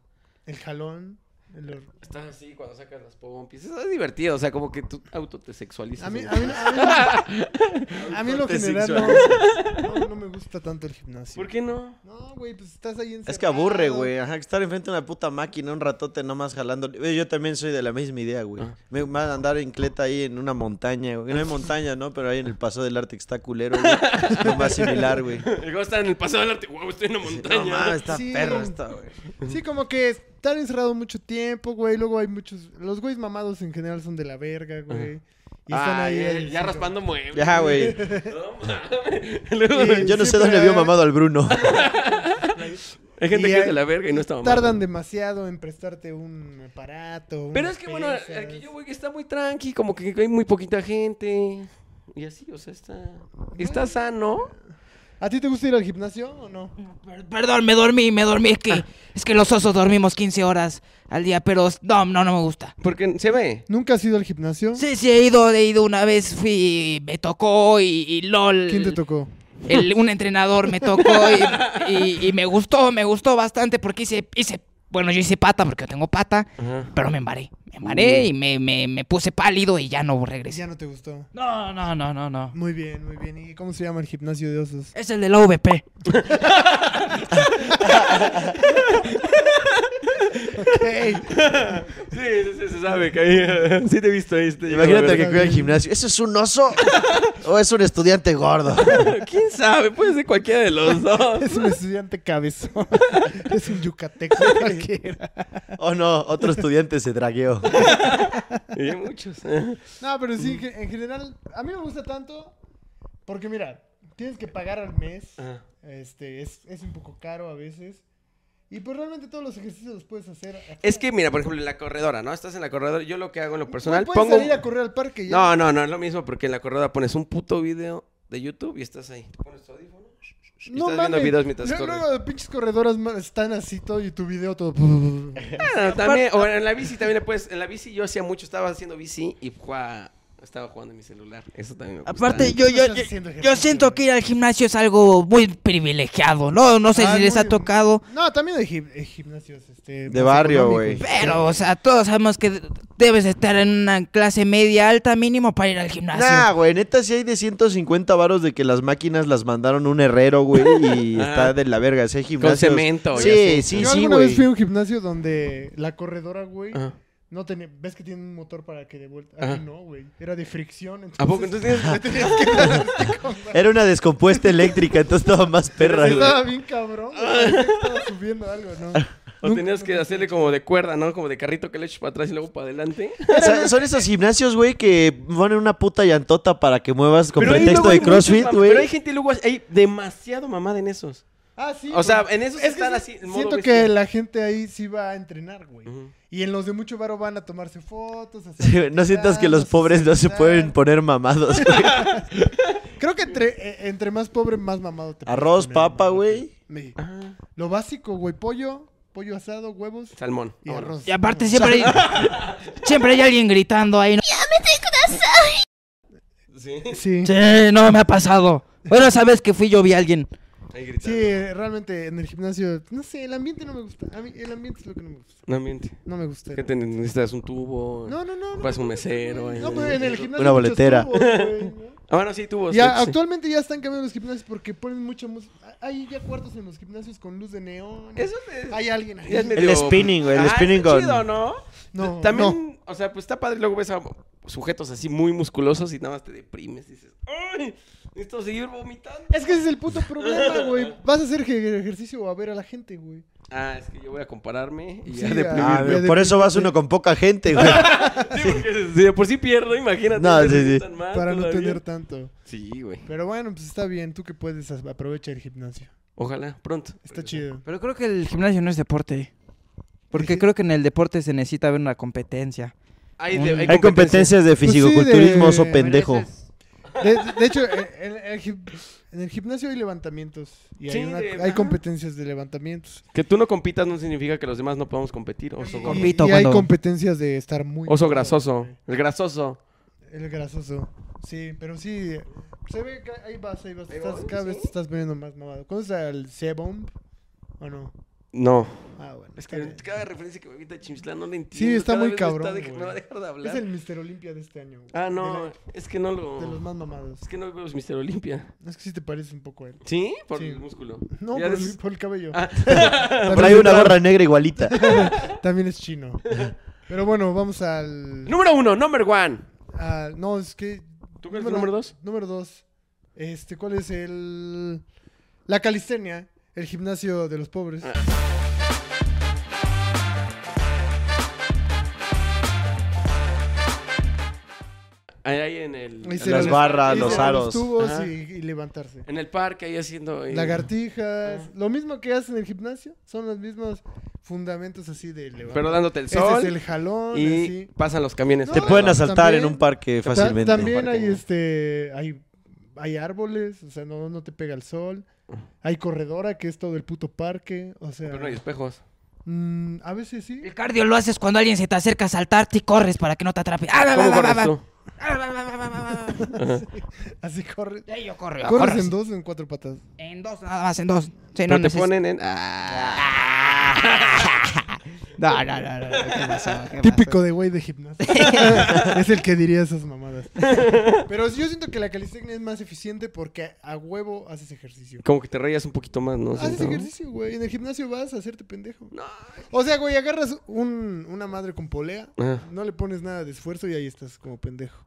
¿El jalón? el or-
Estás así cuando sacas las pompis. Eso es divertido, o sea, como que tú auto te sexualizas.
A mí,
en-
a mí, a mí- a mí en lo
Te
general no, no, no me gusta tanto el gimnasio.
¿Por qué no?
No, güey, pues estás ahí encerrado.
Es que aburre, güey. Ajá, que estar enfrente de una puta máquina un ratote nomás jalando. Güey, Yo también soy de la misma idea, güey.
Ah.
Me van a andar en cleta ahí en una montaña, güey. No hay montaña, ¿no? Pero ahí en el Paso del Arte que está culero, güey. Es lo más similar, güey.
Luego está en el pasado del arte. Wow, estoy en una montaña.
No mames, está
Sí.
perro esta, güey.
Sí, como que estar encerrado mucho tiempo, güey. Luego hay muchos... Los güeyes mamados en general son de la verga, güey. Y están
Ah,
ahí...
ya,
ahí,
ya
sí,
raspando muebles.
Ya, güey.
No mames. Luego,
Sí.
Yo no sé
Siempre-
dónde vio mamado al Bruno.
hay gente
Y
que es
hay-
de la verga y no está mamando.
Tardan demasiado en prestarte un aparato.
Pero
unas
es que, bueno,
pesas.
aquí yo voy que está muy tranqui, como que hay muy poquita gente. Y así, o sea, está... Está sano.
¿A ti te gusta ir al gimnasio o no?
Per- Perdón, me dormí, me dormí. Es que, es que los osos dormimos 15 horas al día, pero no, no, no me gusta.
Porque se ve.
¿Nunca has ido al gimnasio?
Sí, sí, he ido, he ido una vez, fui, me tocó y, y LOL.
¿Quién te tocó?
el- un entrenador me tocó y, y- y me gustó, me gustó bastante porque hice, hice, bueno, yo hice pata porque tengo pata,
Ajá.
pero me embaré, me embaré y me, me, me puse pálido y ya no regresé.
Ya no te gustó.
No, no, no, no, no.
Muy bien, muy bien. ¿Y cómo se llama el gimnasio de osos?
Es el de la VP.
Ok.
Sí, sí, sí, se sabe que ahí. Sí, te he visto ahí. sí te llego a
Imagínate
ver.
que cuida el gimnasio. ¿Eso es un oso o es un estudiante gordo?
¿Quién sabe? Puede ser cualquiera de los dos.
Es un estudiante cabezón. Es un yucateco cualquiera.
O Oh, no, otro estudiante se dragueó.
Y hay muchos.
No, pero sí, que en general, a mí no me gusta tanto. Porque mira, tienes que pagar al mes.
Ah.
Este, es, es un poco caro a veces. Y pues realmente todos los ejercicios los puedes hacer. afuera.
Es que, mira, por ejemplo, en la corredora, ¿no? Estás en la corredora. Yo lo que hago en lo personal,
No puedes
pongo.
salir a correr al parque y ya.
No, no, no, es lo mismo porque en la corredora pones un puto video de YouTube y estás ahí. Te pones tu audífono y
No
estás viendo
mames.
videos mientras
Luego-
corres.
Luego de pinches corredoras ma- están así todo y tu video todo.
Ah, también, o en la bici también le puedes. En la bici yo hacía mucho, estaba haciendo bici y jugaba- estaba jugando en mi celular. Eso también me gusta.
Aparte, yo, yo,
estás
yo,
haciendo
yo
ejercicio,
siento
güey.
que ir al gimnasio es algo muy privilegiado, ¿no? No sé
Ah,
si les
muy-
ha tocado,
No, también de gi- eh, gimnasios. Este,
De
más
barrio,
económicos.
güey.
pero, o sea, todos sabemos que debes estar en una clase media alta mínimo para ir al gimnasio.
Nah, güey, neta, si hay de 150 varos de que las máquinas las mandaron un herrero, güey, y
Ajá.
está de la verga. Si hay gimnasios.
cemento, ya
Sí,
sé.
sí,
Yo
sí,
alguna vez
güey.
fui a un gimnasio donde la corredora, güey,
Ajá.
no tenía. ¿Ves que tiene un motor para que de vuelta?
Ajá.
Aquí no, güey. Era de fricción. Entonces,
¿A poco? Entonces tienes-
tenías que dar así con-
Era una descompuesta eléctrica, entonces estaba más perra, güey.
Estaba bien cabrón. güey, Estaba subiendo algo, ¿no?
O tenías que hacerle como de cuerda, ¿no? Como de carrito que le eches para atrás y luego para adelante.
O sea, son esos gimnasios, güey, que ponen una puta llantota para que muevas con
ahí
pretexto
luego hay
de
muchos
CrossFit,
mam- Pero hay
güey.
gente luego, hay demasiado mamada en esos.
Ah, sí.
O sea,
güey.
en esos
Es que
están
sí-
así, en modo
Siento
bestia.
que la gente ahí sí va a entrenar, güey.
Ujú.
Y en los de mucho varo van a tomarse fotos. a
Sí, güey, No sientas que los
socializar,
pobres no se
socializar.
pueden poner mamados, güey.
Creo que entre, eh, entre más pobre, más mamado te puedes
Arroz,
poner,
papa,
¿no?
güey.
Sí.
Ah,
Lo básico, güey. Pollo, pollo asado, huevos
salmón.
y
Vámonos.
arroz.
Y aparte siempre hay, siempre hay alguien gritando ahí, ¿no?
Sí.
Sí. sí.
Sí, no me ha pasado. Bueno, sabes que fui yo vi a alguien.
Ahí gritando.
eh, realmente en el gimnasio, no sé, el ambiente no me gusta. A mí el ambiente es lo que no me gusta.
No miente.
No me gusta.
¿Qué te necesitas? ¿Un tubo?
No, no, no. no
Ocupas un
no,
mesero,
No,
eh.
pero en el gimnasio.
Una
hay muchos
boletera.
tubos, güey, ¿no?
Ah, bueno, sí, tubos.
Ya,
sí, sí.
actualmente ya están cambiando los gimnasios porque ponen mucha música. Hay ya cuartos en los gimnasios con luz de neón.
Eso es...
Hay alguien ahí.
ya es
El spinning, güey, el
Ah, está
spinning con-
chido, ¿no?
No, no.
También, o sea, pues está padre. Luego ves a sujetos así muy musculosos y nada más te deprimes. Dices, ¡ay! Necesito seguir vomitando.
Es que ese es el puto problema, güey. Vas a hacer ej- ejercicio o a ver a la gente, güey.
Ah, es que yo voy a compararme y
Sí,
ya
ah,
deprimirme.
Ah,
güey,
por eso vas uno con poca gente, güey.
Sí, porque si de por sí pierdo, imagínate.
No,
ustedes
sí,
están
sí.
mal
Para
Ah,
no
todavía.
tener tanto.
Sí, güey.
Pero bueno, pues está bien. Tú que puedes, as- aprovecha el gimnasio.
Ojalá, pronto.
Está chido.
Pero creo que el gimnasio no es deporte. Porque
Sí.
creo que en el deporte se necesita ver una competencia.
Hay,
de-
Hay competencias de
Pues sí,
fisicoculturismo,
de-
oso pendejo.
De, de hecho, en, en el gi- en el gimnasio hay levantamientos. Y
Sí,
hay, una-
de-
hay
ajá.
competencias de levantamientos.
Que tú no compitas no significa que los demás no podamos competir. Oso,
Y-
gordo.
Compito
y, hay
cuando-
competencias de estar muy.
Oso
gordo,
grasoso.
güey.
El grasoso.
El grasoso. Sí, pero sí. Se ve que ahí vas, ahí vas.
Ahí
estás-
voy,
cada
sí.
vez te estás poniendo más mamado. ¿Conoces al C-Bomb? ¿O no?
No.
Ah, bueno.
Es
está
que
bien.
cada referencia que me evita Chimslán no le entiendo.
Sí, está
Cada
muy
vez me
cabrón,
de-
güey.
me va a dejar de hablar.
Es el Mister Olimpia de este año. güey.
Ah, no.
De,
Es que no
la- de los
lo.
más mamados.
Es que no veo los Mister Olimpia.
Es que sí te parece un poco a él.
¿Sí? Por
Sí.
el músculo.
No,
Ya
por, el-
des-
por el cabello.
Ah.
También
Trae
es
una
raro.
gorra negra igualita.
También es chino. Pero bueno, vamos al.
Número uno, number one.
Ah, no, es que.
¿Tú crees que número dos?
Número dos. Este, ¿cuál es el. La calistenia, el gimnasio de los pobres.
Ah. Ahí, ahí en el.
Ahí
en
se
las
van-
barras,
ahí se
los
van
aros.
tubos
Ajá.
y, y levantarse.
En el parque, ahí haciendo. eh,
Lagartijas.
Ajá.
Lo mismo que hacen en el gimnasio. Son los mismos fundamentos así de levantar.
Pero dándote el
Ese
sol.
es el jalón,
y
así.
pasan los camiones.
No,
Te
por
pueden
alrededor.
asaltar en
también-
un parque
Ta-
fácilmente.
También
Parque,
hay
¿no?
este. Hay, hay árboles, o sea, no, no te pega el sol. Hay corredora, que es todo el puto parque. O sea.
Pero no hay espejos.
mm, a veces sí.
El cardio lo haces cuando alguien se te acerca a saltarte y corres para que no te atrape. Ah, va, va,
¿Cómo
va, va,
corres
va.
tú?
Ah, va, va, va, va, va, va.
Así corre.
Ya yo corro, yo corro.
Corres en dos o en cuatro patas.
En dos, nada más, en dos. Sí,
Pero
no
te
neces-
ponen en. Ah.
No, no, no, no, no, ¿qué pasó? ¿Qué pasó?
Típico de güey de gimnasio. es el que diría esas mamadas. mamadas. Pero yo siento que la calistenia es más eficiente porque a huevo haces ejercicio.
Como que te rayas un poquito más, ¿no?
Ah, Haces
Siento, ¿no?
ejercicio, güey. En el gimnasio vas a hacerte pendejo. O sea, güey, agarras un- una madre con polea,
Ah.
no le pones nada de esfuerzo y ahí estás como pendejo.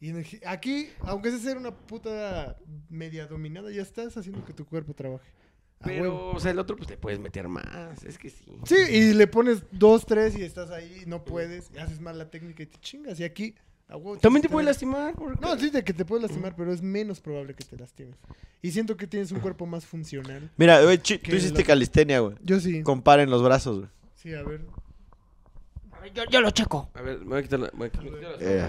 Y en el gi- aquí, aunque sea ser una puta media dominada, ya estás haciendo que tu cuerpo trabaje. A Ah, huevo.
Pero, o sea, el otro pues le puedes meter más. Es que sí.
Sí, y le pones dos, tres y estás ahí, no puedes, y haces mal la técnica y te chingas. Y aquí, a huevo,
También te
tienes
puede
que
lastimar. porque-
tener- No, sí, de que te puedes lastimar, pero es menos probable que te lastimes. Y siento que tienes un cuerpo más funcional.
Mira, güey, chi-
Qué
tú hiciste
loco.
calistenia, güey.
Yo sí.
Comparen los brazos, güey.
Sí, a ver.
A ver, Yo, yo lo checo.
A ver, me voy a quitar la. voy a quitar-
Eh.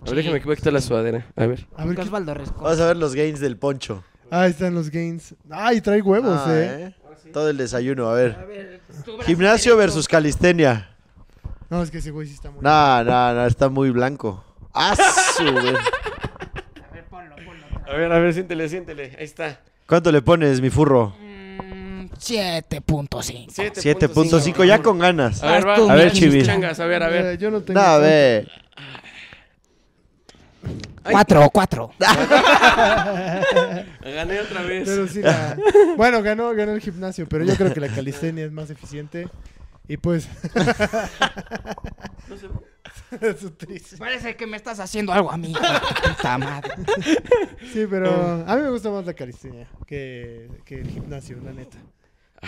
A ver, déjame que voy a quitar la sudadera. A ver.
A ver, ¿qué- Ah,
Osvaldo Resco.
Vas a ver los gains del poncho.
Ahí están los gains. Ay, trae huevos,
Ah,
eh.
¿eh? Todo el desayuno, a ver.
A ver, pues tu brazo
Gimnasio
derecho.
versus calistenia.
No, es que ese güey sí está muy.
No, no, no, está muy blanco. ¡Ah, su, güey!
A ver, ponlo, ponlo.
A ver, a ver, siéntele, siéntele. Ahí está.
¿Cuánto le pones, mi furro?
Mm, 7.5.
7.5, ya con ganas.
A ver, va.
Vas tú,
a ver,
mi chivis.
Changas, a ver, a ver.
Eh, yo no tengo.
No, a ver.
4, 4.
Gané otra vez.
Pero sí la- Bueno, ganó, ganó el gimnasio, pero yo creo que la calistenia es más eficiente. Y pues.
No sé.
es un triste.
Parece que me estás haciendo algo a mí. hijo de Puta madre.
Sí, pero a mí me gusta más la calistenia que, que el gimnasio, la neta.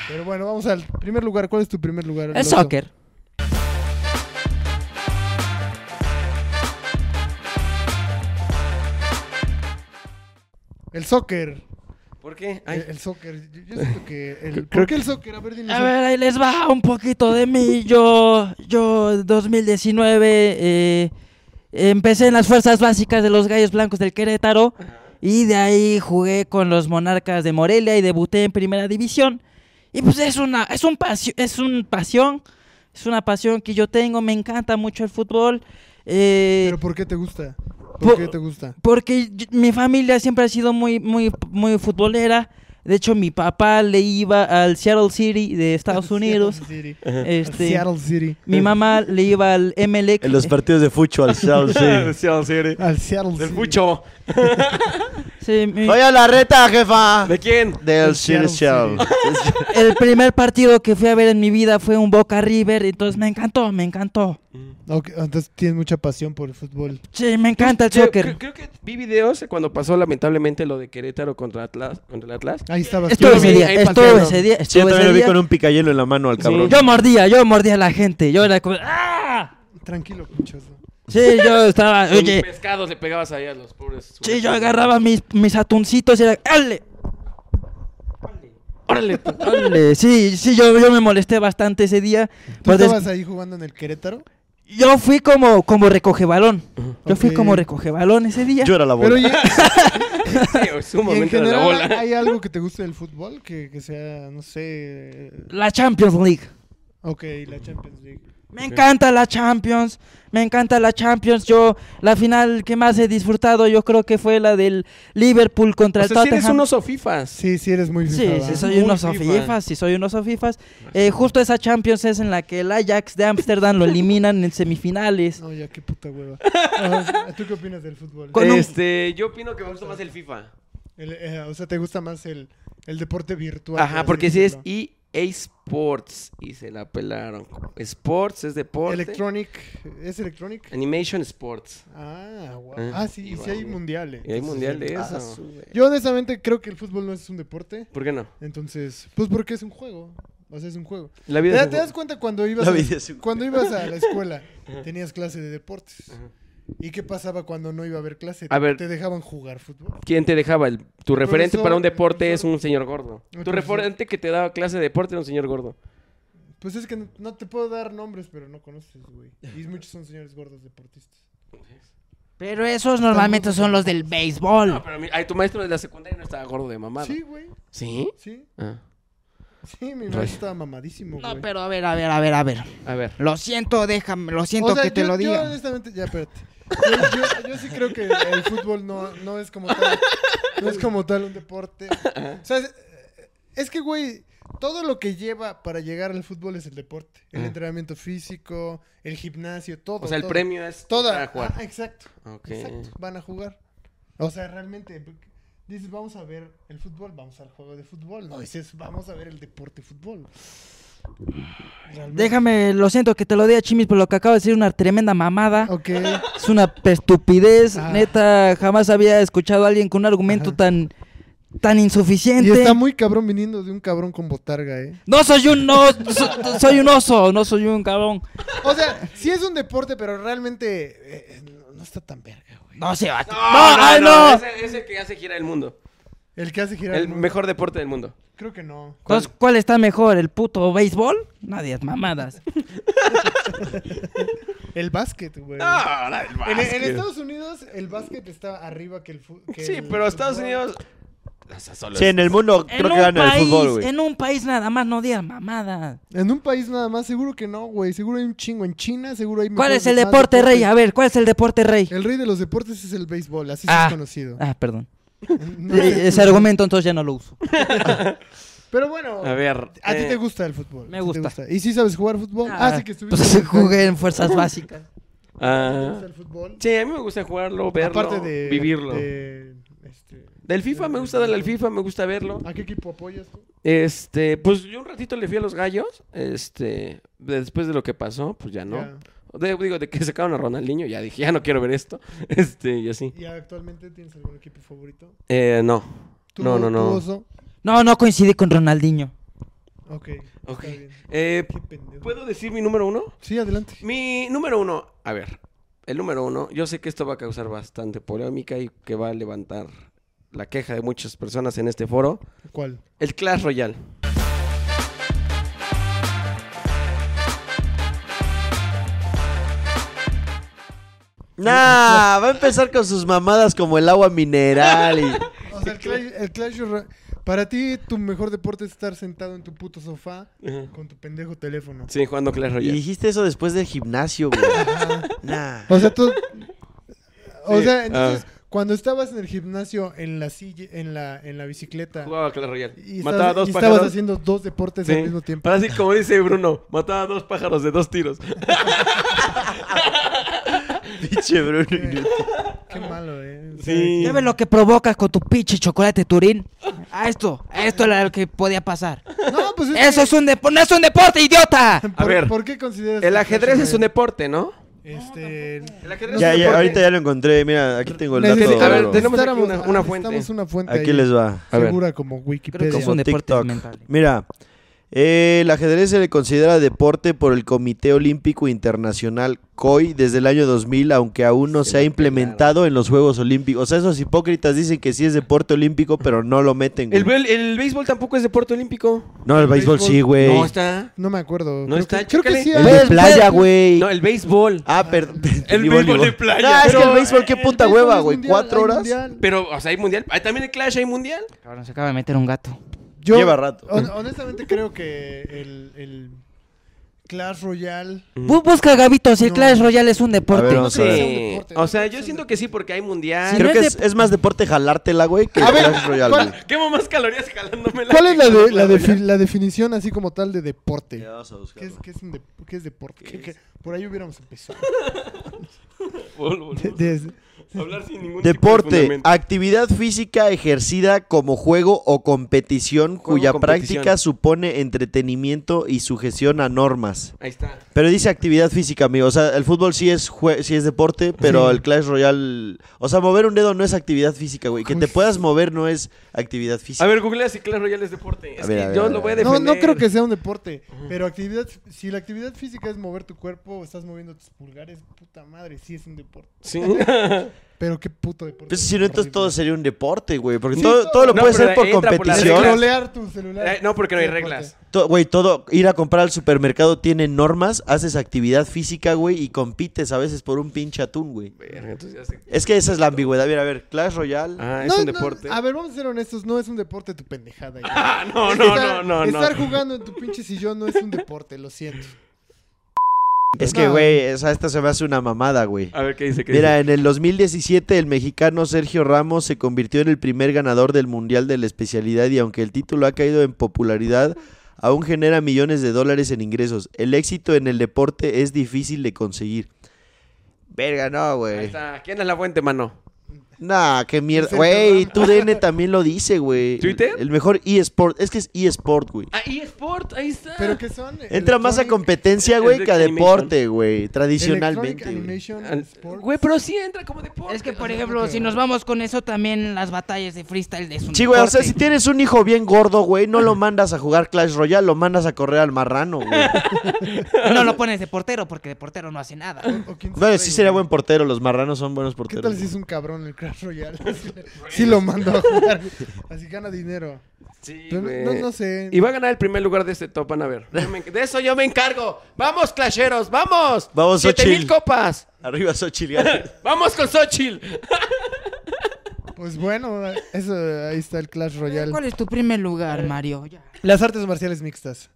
Pero bueno, vamos al primer lugar. ¿Cuál es tu primer lugar?
Es
Alonso?
soccer.
El soccer.
¿Por qué?
El,
Ay,
el soccer. Yo, yo siento que. El,
Creo
¿Por qué el soccer? A ver, dime.
A ver, ahí les va un poquito de mí. Yo, yo, 2019, eh, empecé en las fuerzas básicas de los Gallos Blancos del Querétaro. Y de ahí jugué con los Monarcas de Morelia y debuté en Primera División. Y pues es una, es un pasio- es un pasión, es una pasión que yo tengo. Me encanta mucho el fútbol. Eh,
¿Pero por qué te gusta? ¿Por,
Por-
qué te gusta?
Porque yo- mi familia siempre ha sido muy, muy, muy futbolera. De hecho, mi papá le iba al Seattle City de Estados Unidos.
Seattle City.
este,
Seattle City.
mi mamá le iba al MLX.
En los partidos de fucho al South, sí.
Seattle City.
Al Seattle
Del
City.
Pucho.
Sí, mi-
¡Voy a la reta, jefa!
¿De quién?
Del
Del Seattle
City Show.
el primer partido que fui a ver en mi vida fue un Boca River. Entonces me encantó, me encantó.
Ok, entonces tienes mucha pasión por el fútbol.
Sí, me encanta el
Creo,
soccer.
creo- creo que vi videos cuando pasó lamentablemente lo de Querétaro contra Atlas. Contra el Atlas.
Ahí estabas. tú.
Estuve
lo
ese
vi
día,
ahí
estuve
paseando.
ese día,
Sí, yo
estuve
también
ese
lo vi
día.
con un picayelo en la mano al cabrón.
Pues Yo mordía, yo mordía a la gente. Yo era como, ¡ah!
Tranquilo, puchoso.
Sí, yo estaba,
Con
oye,
pescados le pegabas ahí a los pobres.
sí, yo agarraba mis, mis atuncitos y era, ¡ale!
Órale. tú.
Ole, Sí, sí, yo, yo me molesté bastante ese día.
¿Tú
Pero Pues des-
estabas ahí jugando en el Querétaro?
Yo fui como, como recoge balón. Yo fui
Ok.
como recoge balón ese día.
Yo era la
Pero
bola.
oye,
Sí, es un
y en
momento de la
general,
bola.
¿hay algo que te guste del fútbol? Que, que sea, no sé...
La Champions League.
Ok, la Champions League.
Me encanta la Champions. Me encanta la Champions. Yo, la final que más he disfrutado, yo creo que fue la del Liverpool
O
contra
sea,
el
si eres
Tottenham.
un oso fifas.
Sí, sí eres muy
Sí,
FIFA,
sí,
¿va?
soy
Muy
unos
FIFA.
fifas, sí, soy unos fifas. Eh, justo esa Champions es en la que el Ajax de Ámsterdam lo eliminan en semifinales.
No, ya, qué puta hueva. Ajá, ¿Tú qué opinas del fútbol?
Con un-
Este, yo opino que me gusta más el FIFA.
El- eh, o sea, ¿te gusta más el, el deporte virtual? por
Ajá,
así
porque si es
decirlo?
EA Sports y se la pelaron. Sports es deporte.
Electronic... ¿Es Electronic?
Animation Sports.
Ah, wow.
Ah,
Ah, sí, y
igual,
sí hay
güey.
mundiales.
Y hay
entonces,
mundial de
Ah,
eso.
su, güey.
Yo honestamente creo que el fútbol no es un deporte.
¿Por qué no?
Entonces, pues porque es un juego. O sea, es un juego.
La
¿Te,
vida es un
te
juego.
das cuenta cuando ibas,
La
a,
vida es un
cuando ibas a la escuela? Tenías clase de deportes.
Ajá.
¿Y qué pasaba cuando no iba a haber clase?
A ver.
¿Te dejaban jugar fútbol?
¿Quién te dejaba? El- tu referente
profesor,
para un
el
deporte es
profesor.
un señor gordo.
El
Tu
profesor.
referente que te daba clase de deporte era un señor gordo.
Pues es que no, no te puedo dar nombres, pero no conoces, güey. Y muchos son señores gordos deportistas.
Pero esos normalmente son los del béisbol.
No, pero mi- ay, tu maestro de la secundaria no estaba gordo de mamada.
Sí, güey.
¿Sí?
Sí.
Ah,
Sí, mi
Rayos.
maestro estaba mamadísimo, güey.
No, pero a ver, a ver, a ver, a ver.
a ver.
Lo siento, déjame, lo siento
O sea,
que te
yo-
lo
Yo
diga.
honestamente, ya, espérate. Yo, yo- yo sí creo que el fútbol no, no es como tal. No es como tal un deporte. O sea, es, es que, güey, todo lo que lleva para llegar al fútbol es el deporte. El
Ah.
entrenamiento físico, el gimnasio, todo.
O sea, el
todo.
premio es
Toda.
para jugar.
Ah, exacto.
Ok.
Exacto. Van a jugar. O sea, realmente dices, vamos a ver el fútbol, vamos al juego de fútbol. No dices, vamos a ver el deporte fútbol. Realmente.
Déjame, lo siento que te lo diga Chimis, pero lo que acabo de decir es una tremenda mamada.
Ok.
Es una estupidez.
Ah.
Neta, jamás había escuchado a alguien con un argumento
Ajá.
tan tan
Y
insuficiente.
está muy cabrón viniendo de un cabrón con botarga, ¿eh?
No soy un no, so- soy un oso, no soy un cabrón.
O sea, sí es un deporte, pero realmente eh, no, no está tan verga, güey.
No se va. No,
No, no,
ay,
no,
no.
Ese, ese que hace girar el mundo.
El que hace girar.
El
el mundo.
mejor deporte del mundo.
Creo que no.
Entonces, ¿cuál está mejor? ¿El puto béisbol? Nadie, mamadas.
El básquet, güey.
Ah, la del
En, en
básquet.
Estados Unidos el básquet está arriba que el fútbol.
Sí, pero Estados Unidos. O sea, solo
Sí,
es-
en el mundo
En
creo que
un
gana
país,
el fútbol, güey.
en un país nada más no digas mamadas.
En un país nada más, seguro que no, güey. Seguro hay un chingo. En China seguro hay...
¿Cuál
mejores-
es el
más
deporte
deportes.
rey? A ver, ¿cuál es el deporte rey?
El rey de los deportes es el béisbol, así
Ah.
es conocido.
Ah, perdón.
No
Eh,
sé.
Ese argumento entonces ya no lo uso.
Pero bueno,
A ver.
a ti
eh,
te gusta el fútbol.
me
¿Sí te
gusta.
¿Y sí sabes jugar fútbol? Ah, sí que estuviste...
Entonces jugué en fuerzas básicas.
¿Te
ah,
gusta el fútbol?
sí, a mí me gusta jugarlo, verlo,
Aparte de...
vivirlo.
de, este,
Del FIFA me gusta darle al FIFA, me gusta verlo.
¿A qué equipo apoyas tú?
Este, pues yo un ratito le fui a los gallos. Este, después de lo que pasó, pues ya no.
Ya.
De- digo, de que sacaron a Ronaldinho, ya dije, ya no quiero ver esto. Este, y así.
¿Y actualmente tienes algún equipo favorito?
Eh, no.
¿Tú,
No, no, no.
tú, Oso?
No, no coincidí con Ronaldinho.
Ok.
Ok.
está bien.
Eh,
Qué pendejo.
¿Puedo decir mi número uno?
Sí, adelante.
Mi número uno, a ver, el número uno, yo sé que esto va a causar bastante polémica y que va a levantar la queja de muchas personas en este foro.
¿Cuál?
El Clash Royale.
Nah, va a empezar con sus mamadas como el agua mineral y...
O sea, el Clash, el Clash Royale- Para ti, tu mejor deporte es estar sentado en tu puto sofá
Ajá.
con tu pendejo teléfono.
Sí, jugando Clash
Y
Royale.
dijiste eso después del gimnasio, güey. Nah.
O sea, tú. O
Sí,
sea, entonces,
Ah.
cuando estabas en el gimnasio, en la silla, en la, en la bicicleta,
Jugaba Clash Royale.
y estabas,
mataba a dos
y estabas
pájaros.
haciendo dos deportes
Sí.
al mismo tiempo.
Ahora sí, como dice Bruno, mataba a dos pájaros de dos tiros.
Pinche Bruno. inútil.
Qué malo, eh. O sea,
Sí.
Ya ves lo que provocas con tu pinche chocolate turín. A esto, a esto era lo que podía pasar.
No, pues
Eso
que-
es un deporte, no es un deporte, idiota.
¿por,
ver,
¿Por qué consideras.
El
que
ajedrez es un
Clash
deporte, ¿no?
Royale- Este.
El ajedrez
Ya,
es un
ya,
deporte.
ahorita ya lo encontré. Mira, aquí tengo el dato.
necesitamos-
A ver, tenemos aquí
necesitáramos-
una- una
ah,
fuente.
necesitamos una fuente
Aquí
ahí,
les va.
A ver.
Segura como Wikipedia.
Creo que es un
Como
deporte
TikTok.
mental.
Mira, eh, el ajedrez se le considera deporte por el Comité Olímpico Internacional COI desde el año 2000, aunque aún no
Se
se,
la
ha implementado en los Juegos Olímpicos. O sea, esos hipócritas dicen que sí es deporte olímpico, pero no lo meten. güey.
El, bel- el béisbol tampoco es deporte olímpico.
no, el béisbol
béisbol-
sí, güey.
No está.
No me acuerdo.
No
creo
está,
que- creo que
chécale.
sí.
el
hay-
de
Pues,
playa,
pues,
güey.
No, el béisbol.
Ah, perdón.
El
Ni
béisbol
voleibol.
de playa.
Ah, es que
Pero-
el béisbol, qué
el
puta
béisbol
hueva,
es
güey.
mundial,
¿Cuatro
hay
horas?
mundial.
Pero, o sea, hay mundial. Ahí también el Clash hay mundial.
Cabrón, se acaba de meter un gato.
Yo,
Lleva rato.
hon- honestamente creo que el, el Clash Royale.
Bu- busca Gabito si el
Mm. No.
Clash Royale es un
A
deporte.
ver, vamos a ver.
sea un deporte,
O sea,
no
yo
sea un
siento
deporte.
que sí, porque hay mundial.
Sí,
Creo
no
que
es
es, es más deporte jalártela, güey, que
A ver,
Clash Royale,
¿cuál-
güey.
Quemo más calorías jalándomela.
¿Cuál es la,
que
de-
con
la,
Clash
defi-
Royale.
la definición así como tal de deporte?
Ya vamos a buscarlo.
¿Qué es, qué es un de- qué es deporte? ¿Qué- qué- por ahí hubiéramos empezado.
Vol- vol-
De- desde-
Hablar sin ningún tipo de
Deporte,
fundamento.
actividad física ejercida como juego o competición
Juego,
cuya
competición.
práctica supone entretenimiento y sujeción a normas.
Ahí está.
Pero dice actividad física, amigo. O sea, el fútbol sí es, jue- sí es deporte, pero el Clash Royale... O sea, mover un dedo no es actividad física, güey. Que te
Justo.
puedas mover no es actividad
A
física.
ver, googlea si Clash Royale es deporte. Es
ver,
que
a ver,
yo
a ver,
lo voy a
a ver.
No,
defender.
no creo que sea un deporte, pero actividad, si la actividad física es mover tu cuerpo, estás moviendo tus pulgares, puta madre, sí es un deporte.
Sí.
Pero qué puto deporte.
Pues, si no, entonces
horrible.
todo sería un deporte, güey. Porque
Sí,
todo,
todo.
todo lo
No,
puedes
pero
hacer por
entra por las
El
competición.
reglas.
scrollear tu celular.
Eh, no, porque no hay
Sí, deporte.
reglas.
To- Güey, todo, ir a comprar al supermercado tiene normas, haces actividad física, güey, y compites a veces por un pinche atún, güey.
Verga, entonces ya sé.
Es que esa es la ambigüedad. Mira, a ver, Clash Royale.
Ah, es
No,
un
no,
deporte.
a ver, vamos a ser honestos, no es un deporte tu pendejada. güey.
Ah, no, no, no,
Estar-
no, no.
Estar jugando en tu pinche sillón no es un deporte, lo siento.
es que,
no.
güey, o sea, esta se me hace una mamada, güey.
A ver qué dice. Ah, ¿Qué
Mira, en el 2017 el mexicano Sergio Ramos se convirtió en el primer ganador del Mundial de la especialidad y aunque el título ha caído en popularidad, aún genera millones de dólares en ingresos. El éxito en el deporte es difícil de conseguir. Verga, no,
Ahí
güey.
está. ¿Quién es la fuente, mano?
Nah, qué mierda.
Dice
Güey,
el
tu DN también lo dice, güey.
¿Twitter?
El mejor eSport. Es que es eSport, güey.
Ah, eSport, ahí está.
¿Pero qué son?
Entra más a
Electronic-
competencia, güey,
Electronic
que a
Animation.
deporte, güey.
Electronic
Tradicionalmente. güey.
Animation
Al-
Sports.
Ah, Güey, pero sí entra como deporte.
Es que, por
O sea,
ejemplo, si nos vamos con eso, también las batallas de freestyle es un
Sí, güey, o sea,
deporte.
si tienes un hijo bien gordo, güey, no lo mandas a jugar Clash Royale, lo mandas a correr al marrano, güey.
No lo pones de portero, porque de portero no hace nada.
O quién
Bueno,
sabe,
sí sería
güey.
buen portero, los marranos son buenos
¿Qué
porteros.
tal si es un cabrón el Clash Royale? sí lo mando a jugar. Así gana dinero.
Sí,
Pero
güey.
Pues no, no sé.
Y va a ganar el primer lugar de este top, van a ver. Yo me enc- De eso yo me encargo. ¡Vamos, clasheros! ¡Vamos!
Vamos,
¡Siete mil
Xochitl.
copas!
Arriba Xochitl. Gálvez.
¡Vamos con Xochitl!
Pues bueno, eso, ahí está el Clash Royale. Eh.
¿Cuál es tu primer lugar, Mario? Ya.
Las artes marciales mixtas.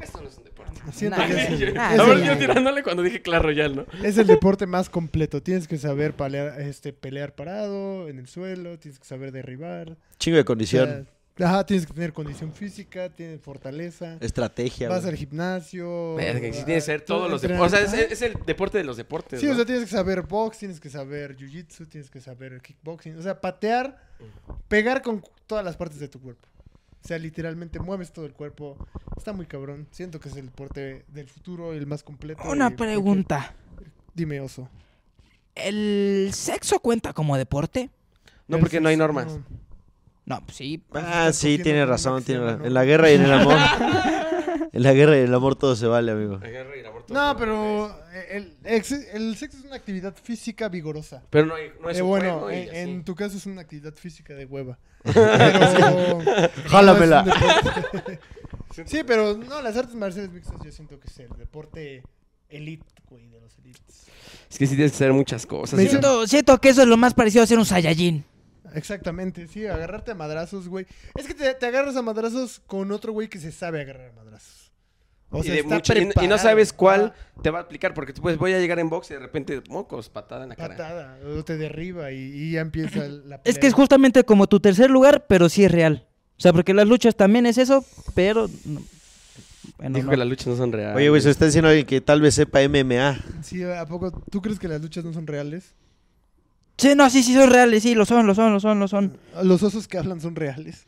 Esto no es un deporte.
Siento
Nah,
que es el,
nah,
es
no,
Ahora
el-
yo tirándole cuando dije Clash Royale, ¿no?
es el deporte más completo. Tienes que saber pelear, este, pelear parado, en el suelo, tienes que saber derribar.
Chingo de
o
condición.
sea, ajá, tienes que tener condición física, tienes fortaleza.
Estrategia.
Vas
güey.
al gimnasio.
Verga, sí tiene que ser
ah,
todos los
entrenar-
deportes. O sea, es,
ajá.
es el deporte de los deportes.
Sí,
¿no?
o sea, tienes que saber box, tienes que saber jiu-jitsu, tienes que saber kickboxing. O sea, patear, pegar con cu- todas las partes de tu cuerpo. O sea, literalmente mueves todo el cuerpo. Está muy cabrón. Siento que es el deporte del futuro, el más completo. y-
Una pregunta.
porque- Dime, oso.
¿El sexo cuenta como deporte?
no, porque no hay
Versus-
normas.
no.
No, pues sí.
Ah,
estás
sí,
cogiendo
tiene
con una
razón,
que se
tiene
llama,
razón.
¿no?
En la guerra y en el amor. en la guerra y en el amor todo se vale, amigo.
No, pero el, ex- el sexo es una actividad física vigorosa.
Pero no, hay- no es
Eh,
un
bueno,
juego y
en,
así.
en tu caso es una actividad física de hueva. Pero...
Jálamela.
No es un deporte. sí, pero no, las artes marciales mixtas yo siento que es el deporte elite, güey, de los elites.
Es que sí tienes que hacer muchas cosas.
Me
¿no?
siento-
Siento, siento que eso es lo más parecido a ser un Saiyajin.
Exactamente, sí, agarrarte a madrazos, güey. Es que te, te agarras a madrazos con otro güey que se sabe agarrar a madrazos. O
y, de
está
mucha- y- y no
preparado.
sabes cuál
Ajá,
te va a aplicar, porque tú pues voy a llegar en box y de repente, mocos, patada en la cara.
patada, o te derriba y, y ya empieza la
Es que es
pelea.
justamente como tu tercer lugar, pero sí es real. O sea, porque las luchas también es eso, pero... no- Bueno,
Dijo
no.
que las luchas no son reales.
Oye, güey, se está diciendo alguien que tal vez sepa MMA.
Sí, ¿a poco tú crees que las luchas no son reales?
Sí, no, sí, sí, son reales, sí, lo son, lo son, lo son, lo son.
Los osos que hablan son reales.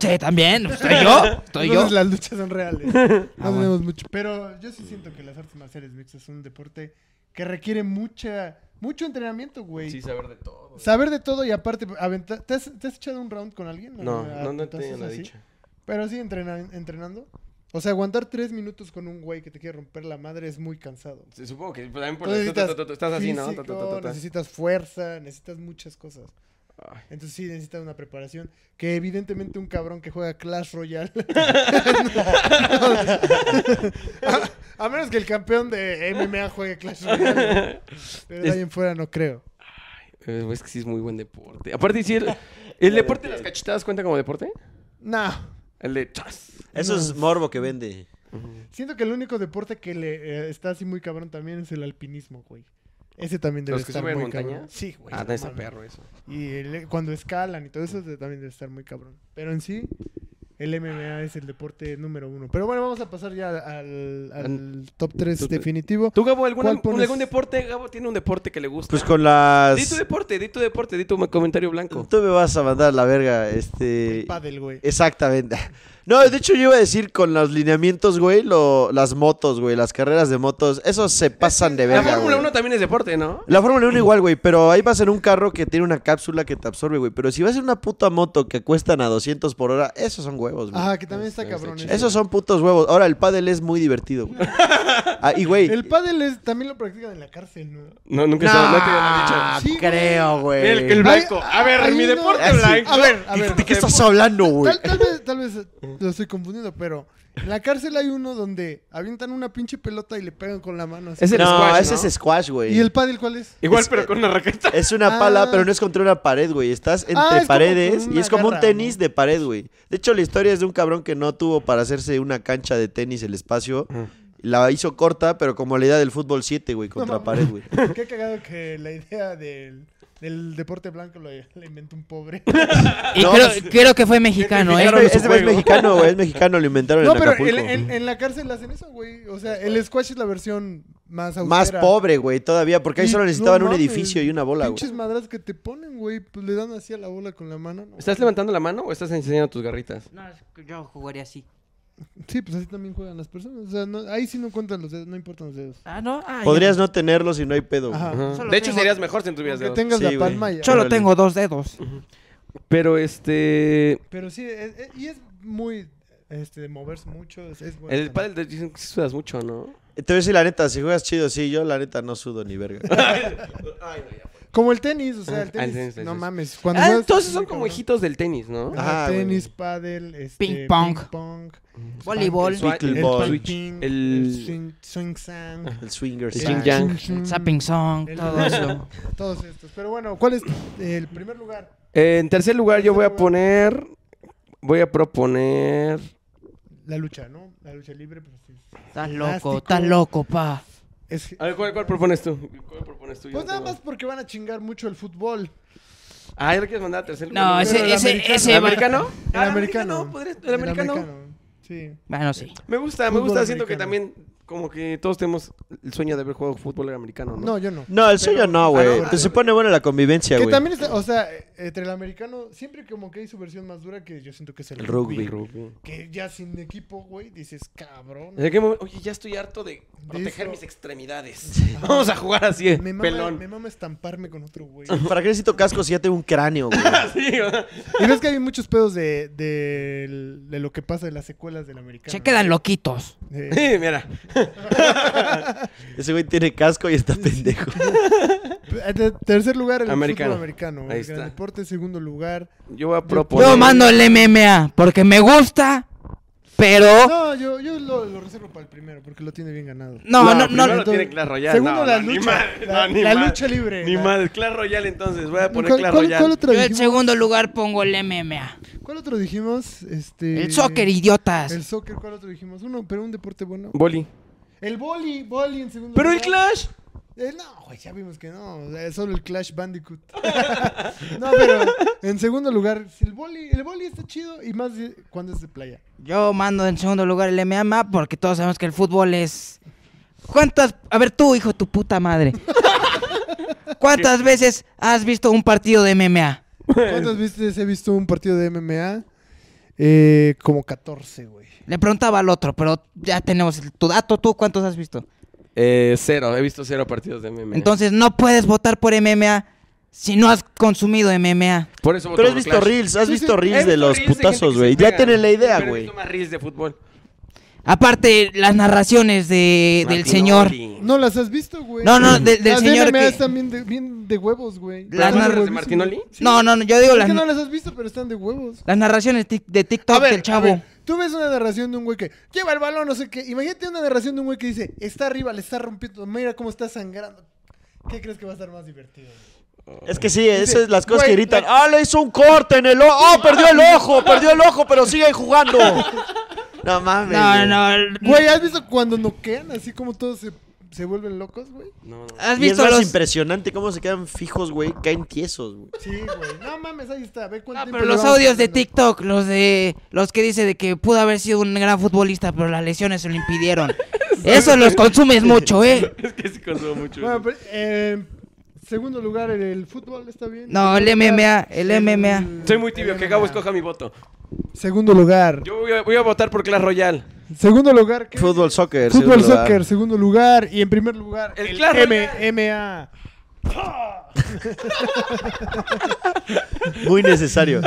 Sí, también.
pues,
Soy yo. Soy yo.
Entonces las luchas son reales. No tenemos mucho. Pero yo sí siento que las artes marciales mixtas es un deporte que requiere mucha, mucho entrenamiento, güey.
Sí, saber de todo.
Saber de todo y aparte, aventa- ¿te, has, te has echado un round con alguien?
No,
¿A
no, no
putazos
te lo he
ah, así?
dicho.
Pero sí entrena- entrenando. O sea, aguantar tres minutos con un güey que te quiere romper la madre es muy cansado.
Sí, Supongo que también por
Tú
el-
necesitas
tu- tu- tu- estás así, ¿no?
físico,
Tu- tu- tu- tu-
Necesitas fuerza, necesitas muchas cosas.
Ay.
Entonces sí necesitas una preparación que evidentemente un cabrón que juega Clash Royale. a, a menos que el campeón de MMA juegue Clash Royale. ¿no? Pero de ahí en fuera no creo.
Eh, Es que sí es muy buen deporte. Aparte, sí, el, el deporte de las cachetadas cuenta como deporte.
No.
El de chas.
Eso es morbo que vende.
Siento que el único deporte que le eh, está así muy cabrón también es el alpinismo, güey. Ese también debe
¿Los que
estar
suben
muy
montañas?
cabrón. Sí, güey.
Ah,
no
no, ese
mames.
perro, eso.
Y el- cuando escalan y todo eso de- también debe estar muy cabrón. Pero en sí, el MMA es el deporte número uno. Pero bueno, vamos a pasar ya al, al top 3
top tres.
definitivo.
¿Tú, Gabo, alguna-
¿Cuál pones?
algún deporte? Gabo tiene un deporte que le gusta.
Pues con
Di tu
las...
deporte, di tu deporte, di tu ma- comentario blanco.
Tú me vas a mandar a la verga, este...
Padel, güey.
Exactamente. No, de hecho yo iba a decir con los lineamientos, güey, lo- las motos, güey, las carreras de motos, esos se pasan de
La
verga,
Fórmula
güey.
1 también es deporte, ¿no?
La Fórmula 1 igual, güey, pero ahí vas en un carro que tiene una cápsula que te absorbe, güey. Pero si vas en una puta moto que cuestan a 200 por hora, esos son huevos, güey.
Ajá, que también está cabrón.
chido.
ese.
Esos son putos huevos. Ahora, el pádel es muy divertido, güey. Ah, y, güey...
El pádel es, también lo practican en la cárcel, ¿no?
No, nunca
No,
se- no te habían
no
dicho.
Sí, Ah, güey.
creo, güey.
El, el blanco. A ver,
ahí
mi
no.
deporte
Ah, sí.
blanco.
A ver, a ver.
¿De qué estás hablando, güey?
Tal, tal vez, tal vez lo estoy confundiendo, pero en la cárcel hay uno donde avientan una pinche pelota y le pegan con la mano. así.
Es el
no,
squash,
ese
¿no?
es squash, güey.
¿Y el pádel cuál es?
Igual,
Es-
pero con una raqueta.
Es una
Ah.
pala, pero no es contra una pared, güey. Estás entre
Ah, es como
paredes
con
y es como
una
un
garra,
tenis
¿no?
de
Ah.
pared, güey. De hecho, la historia es de un cabrón que no tuvo para hacerse una cancha de tenis el espacio La hizo corta, pero como la idea del fútbol 7, güey, contra
mames.
pared, güey.
Qué cagado que la idea del, del deporte blanco lo- la inventó un pobre.
Y
No,
creo,
pues-
creo que fue mexicano, ¿eh?
Claro,
Este,
es un
este güey es
juego.
mexicano, güey, es mexicano, lo inventaron
No,
en
pero
Acapulco.
el- el- en la cárcel hacen eso, güey. O sea,
Pues,
el squash es la versión más austera.
Más pobre, güey, todavía, porque ahí
Y
solo
no
necesitaban un
mames,
edificio y una bola, güey.
Pinches madras que te ponen, güey. Pues le dan así a la bola con la mano. ¿no?
¿Estás levantando la mano o estás enseñando tus garritas?
No, es que yo jugaría así.
Sí, pues así también juegan las personas. O sea, no- ahí sí no cuentan los dedos, no importan los dedos.
Ah, no. Ah,
Podrías no tenerlo si no hay pedo. güey.
Ajá.
Ajá.
Solo
De hecho,
tengo-
serías mejor si no tuvieras
Que
dedos.
tengas
Sí,
la
güey.
palma ya.
Yo solo
Órale.
tengo dos dedos.
Pero este.
Pero sí, es- es- y es muy este, de moverse mucho. Es, es bueno
El
también.
pádel te dicen que sudas mucho, ¿no?
Te voy a decir la neta, si juegas chido, sí, yo la neta no sudo ni verga.
Como el tenis, o sea,
Ah,
el
el
tenis.
tenis, sí,
no
sí.
mames. Cuando
Ah,
juegas-
entonces son
muy
como
cabrón.
hijitos del tenis, ¿no?
Ajá,
Ajá,
güey.
tenis, pádel, este,
Ping pong.
ping pong,
Voleibol.
El swi-
el
Pickleball.
switch,
swing, el
El.
swing, swing sound,
El swingers.
El
el
Yin yang.
swing, swing,
Zapping song,
el-
todo eso.
todos estos. Pero bueno, ¿cuál es el primer lugar?
En tercer lugar, yo voy a poner. Voy a proponer.
La lucha, ¿no? La lucha libre. pues, sí.
Estás loco,
Plástico.
estás loco, pa.
Es-
A ver, ¿cuál, cuál propones tú? ¿Cuál propones tú? Yo
pues
no
nada
tengo.
más porque van a chingar mucho el fútbol.
Ah, ¿ya lo quieres mandar a tercer lugar?
No,
pero
ese,
el
ese,
americano.
¿El
ese. va-
americano?
El
Ah,
americano.
podría- El americano.
Sí.
Bueno, sí.
Me gusta, me
Fútbol
gusta. Siento que
americano.
también, como que todos tenemos el sueño de haber jugado fútbol americano, ¿no?
No, yo no.
No, el sueño no,
Ah,
güey.
no,
Te
ah,
se pone buena la convivencia,
Que
güey.
también está, o sea, eh, entre el americano, siempre como que hay su versión más dura que yo siento que es el,
El rugby.
Rugby.
Que ya sin equipo, güey, dices, cabrón.
¿En qué momento? Oye, ya estoy harto de proteger
eso.
mis extremidades. Vamos a jugar así, eh,
Me mama, me
pelón.
mama estamparme con otro güey.
¿Para qué necesito casco si ya tengo un cráneo, güey?
Sí, ¿verdad?
y ves que hay muchos pedos de, de, de lo que pasa de las secuelas del americano.
Se quedan loquitos.
Eh,
Sí, mira.
Ese güey tiene casco y está pendejo.
eh, te- tercer lugar, el
Americano.
fútbol americano.
Ahí
el gran
está.
deporte. Segundo lugar.
Yo voy a proponer.
Yo mando el MMA porque me gusta, pero.
No, yo, yo lo, lo reservo para el primero porque lo tiene bien ganado.
No, no, no.
primero
no.
tiene Clash Royale.
Segundo,
No,
la
no, ni
lucha.
madre,
la,
no, ni
la
madre.
lucha libre.
Ni
La-
mal, Clash Royale entonces. Voy a
¿Cuál,
poner
cuál,
Clash
cuál
Royale.
otro
Yo en
dijimos?
segundo lugar pongo el MMA.
¿Cuál otro dijimos? Este...
El soccer, idiotas.
El soccer, ¿cuál otro dijimos? Uno, pero un deporte bueno.
Boli.
El boli, boli en segundo
Pero el
lugar.
Clash.
Eh, no, güey, ya vimos que no. o sea, Solo el Clash Bandicoot. no, pero en segundo lugar, si el boli, el boli está chido y más de- cuando es de playa.
Yo mando en segundo lugar el MMA porque todos sabemos que el fútbol es. ¿Cuántas. A ver, tú, hijo, de tu puta madre. ¿Cuántas veces has visto un partido de MMA?
¿Cuántas veces he visto un partido de MMA? Eh, como 14, güey.
Le preguntaba al otro, pero ya tenemos el- tu dato. ¿Tú cuántos has visto?
Eh, cero. He visto cero partidos de MMA.
Entonces no puedes votar por MMA si no has consumido MMA.
Por eso voto
Pero has
por
visto
Clash.
reels, has
Sí,
visto
sí.
reels
He
de
visto
los
reels de gente que
putazos,
se
güey. Ya
pega.
tienen la idea,
Pero he
güey.
visto más reels de fútbol.
Aparte, las narraciones de, del
Martín
señor.
Oli.
¿No las has visto, güey?
No, no, de- del
las
señor
MMA
que-
están bien de, bien de huevos, güey.
Las
Están
narras de
huevísimos.
Martinoli?
Sí.
No, no, no, yo digo
Es
las,
que no las has visto, pero están de huevos.
las narraciones tic- de TikTok del chavo.
a ver, Tú ves una narración de un güey que lleva el balón, no sé qué. Imagínate una narración de un güey que dice, está arriba, le está rompiendo, mira cómo está sangrando. ¿Qué crees que va a estar más divertido? güey?
Es que sí, esas
Dice,
es las cosas que
güey,
gritan.
la-
¡Ah, le hizo un corte en el ojo! ¡Ah, perdió el ojo! ¡Perdió el ojo! ¡Pero sigue jugando! No mames.
No,
güey.
no. el-
Güey, ¿has visto cuando noquean así como todos se, se vuelven locos, güey?
No, no.
¿Has
Y es
visto
más
los.?
impresionante cómo se quedan fijos, güey. Caen tiesos, güey.
Sí, güey. No mames, ahí está. Ve cuánto
Ah,
tiempo
pero los
llevamos
audios de
hablando.
TikTok, los de los que dice de que pudo haber sido un gran futbolista, pero las lesiones se lo impidieron. Eso los consumes mucho, ¿eh?
Es que sí consumo mucho.
Bueno,
eso.
pero, eh, segundo lugar, el, el fútbol está bien.
No, el
Tercer
MMA,
lugar,
el MMA.
Soy muy tibio, que Gabo
MMA.
escoja mi voto.
Segundo lugar.
Yo voy a, voy a votar por Clash Royale.
Segundo lugar, ¿qué?
Fútbol, soccer.
Fútbol,
segundo lugar.
soccer, segundo lugar. Y en primer lugar,
El
el,
Clash
MMA.
Muy necesario.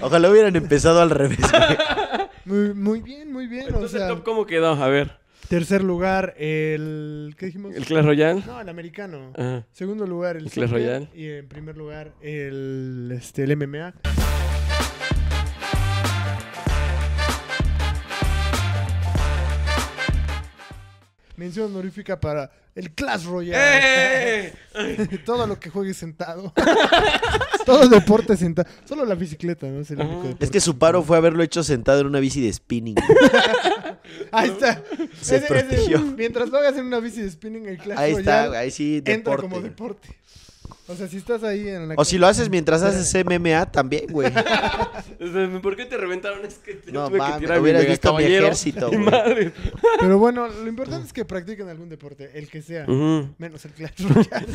Ojalá hubieran empezado al revés, güey.
Muy, muy bien, muy bien.
Entonces,
o sea,
¿el top cómo quedó? A ver.
tercer lugar, el. ¿Qué dijimos?
¿El Clash Royale?
No, el americano.
Ajá.
Segundo lugar, el,
El Clash
soccer,
Royale.
Y en primer lugar, el, este, el MMA. Mención honorífica para el Clash Royale.
¡Eh!
Todo lo que juegues sentado. Todo deporte sentado. Solo la bicicleta, ¿no? Es el único
Ajá.
deporte.
Es que su paro fue haberlo hecho sentado en una bici de spinning.
Ahí está. Ese-
Se
ese-
protegió.
mientras lo hagas en una bici de spinning, el Clash
Ahí está,
Royale
güey, ahí sí,
entra
deporte.
como
güey.
deporte. O sea, si estás ahí en la
O si lo haces mientras haces MMA también, güey.
¿Por qué te reventaron? Es que te
No,
tuve
mames,
que tirar a mi
hubieras
mega
visto mi
caballero.
ejército,
Ay,
güey.
madre.
Pero bueno, lo importante es que practiquen algún deporte, el que sea.
Ujú.
Menos el Clash Royale.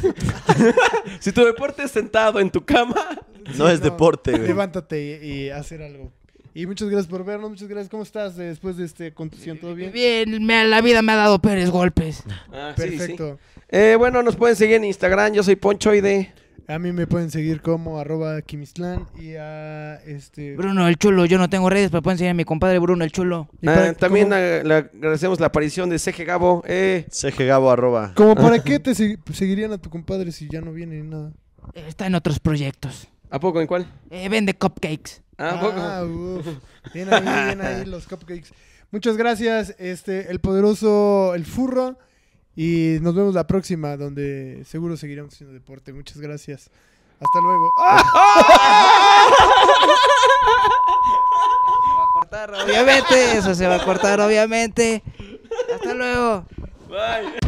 Si tu deporte es sentado en tu cama,
No es deporte, güey.
Levántate y, y hacer algo. Y muchas gracias por vernos, muchas gracias. ¿Cómo estás eh, después de este contusión? ¿Todo bien?
Bien, me- la vida me ha dado peores golpes.
Ah, sí, sí.
Perfecto.
Eh, bueno, nos pueden seguir en Instagram. Yo soy Ponchoide.
A mí me pueden seguir como arroba Kimislan y a este...
Bruno el Chulo, yo no tengo redes, pero pueden seguir a mi compadre Bruno el Chulo.
y para-
Ah, también
como-
eh, le agradecemos la aparición de CG Gabo. Eh,
CG Gabo, arroba.
Como
Ah.
para qué te se- seguirían a tu compadre si ya no viene ni nada.
Eh, Está en otros proyectos.
¿A poco en cuál?
Eh, vende cupcakes.
Ah, ¿a poco?
uf. Bien ahí, bien ahí los cupcakes. Muchas gracias, este, el poderoso, el furro. Y nos vemos la próxima, donde seguro seguiremos haciendo deporte. Muchas gracias. Hasta luego. ¡Ah!
Se va a cortar, obviamente. Eso se va a cortar, obviamente. Hasta luego.
Bye.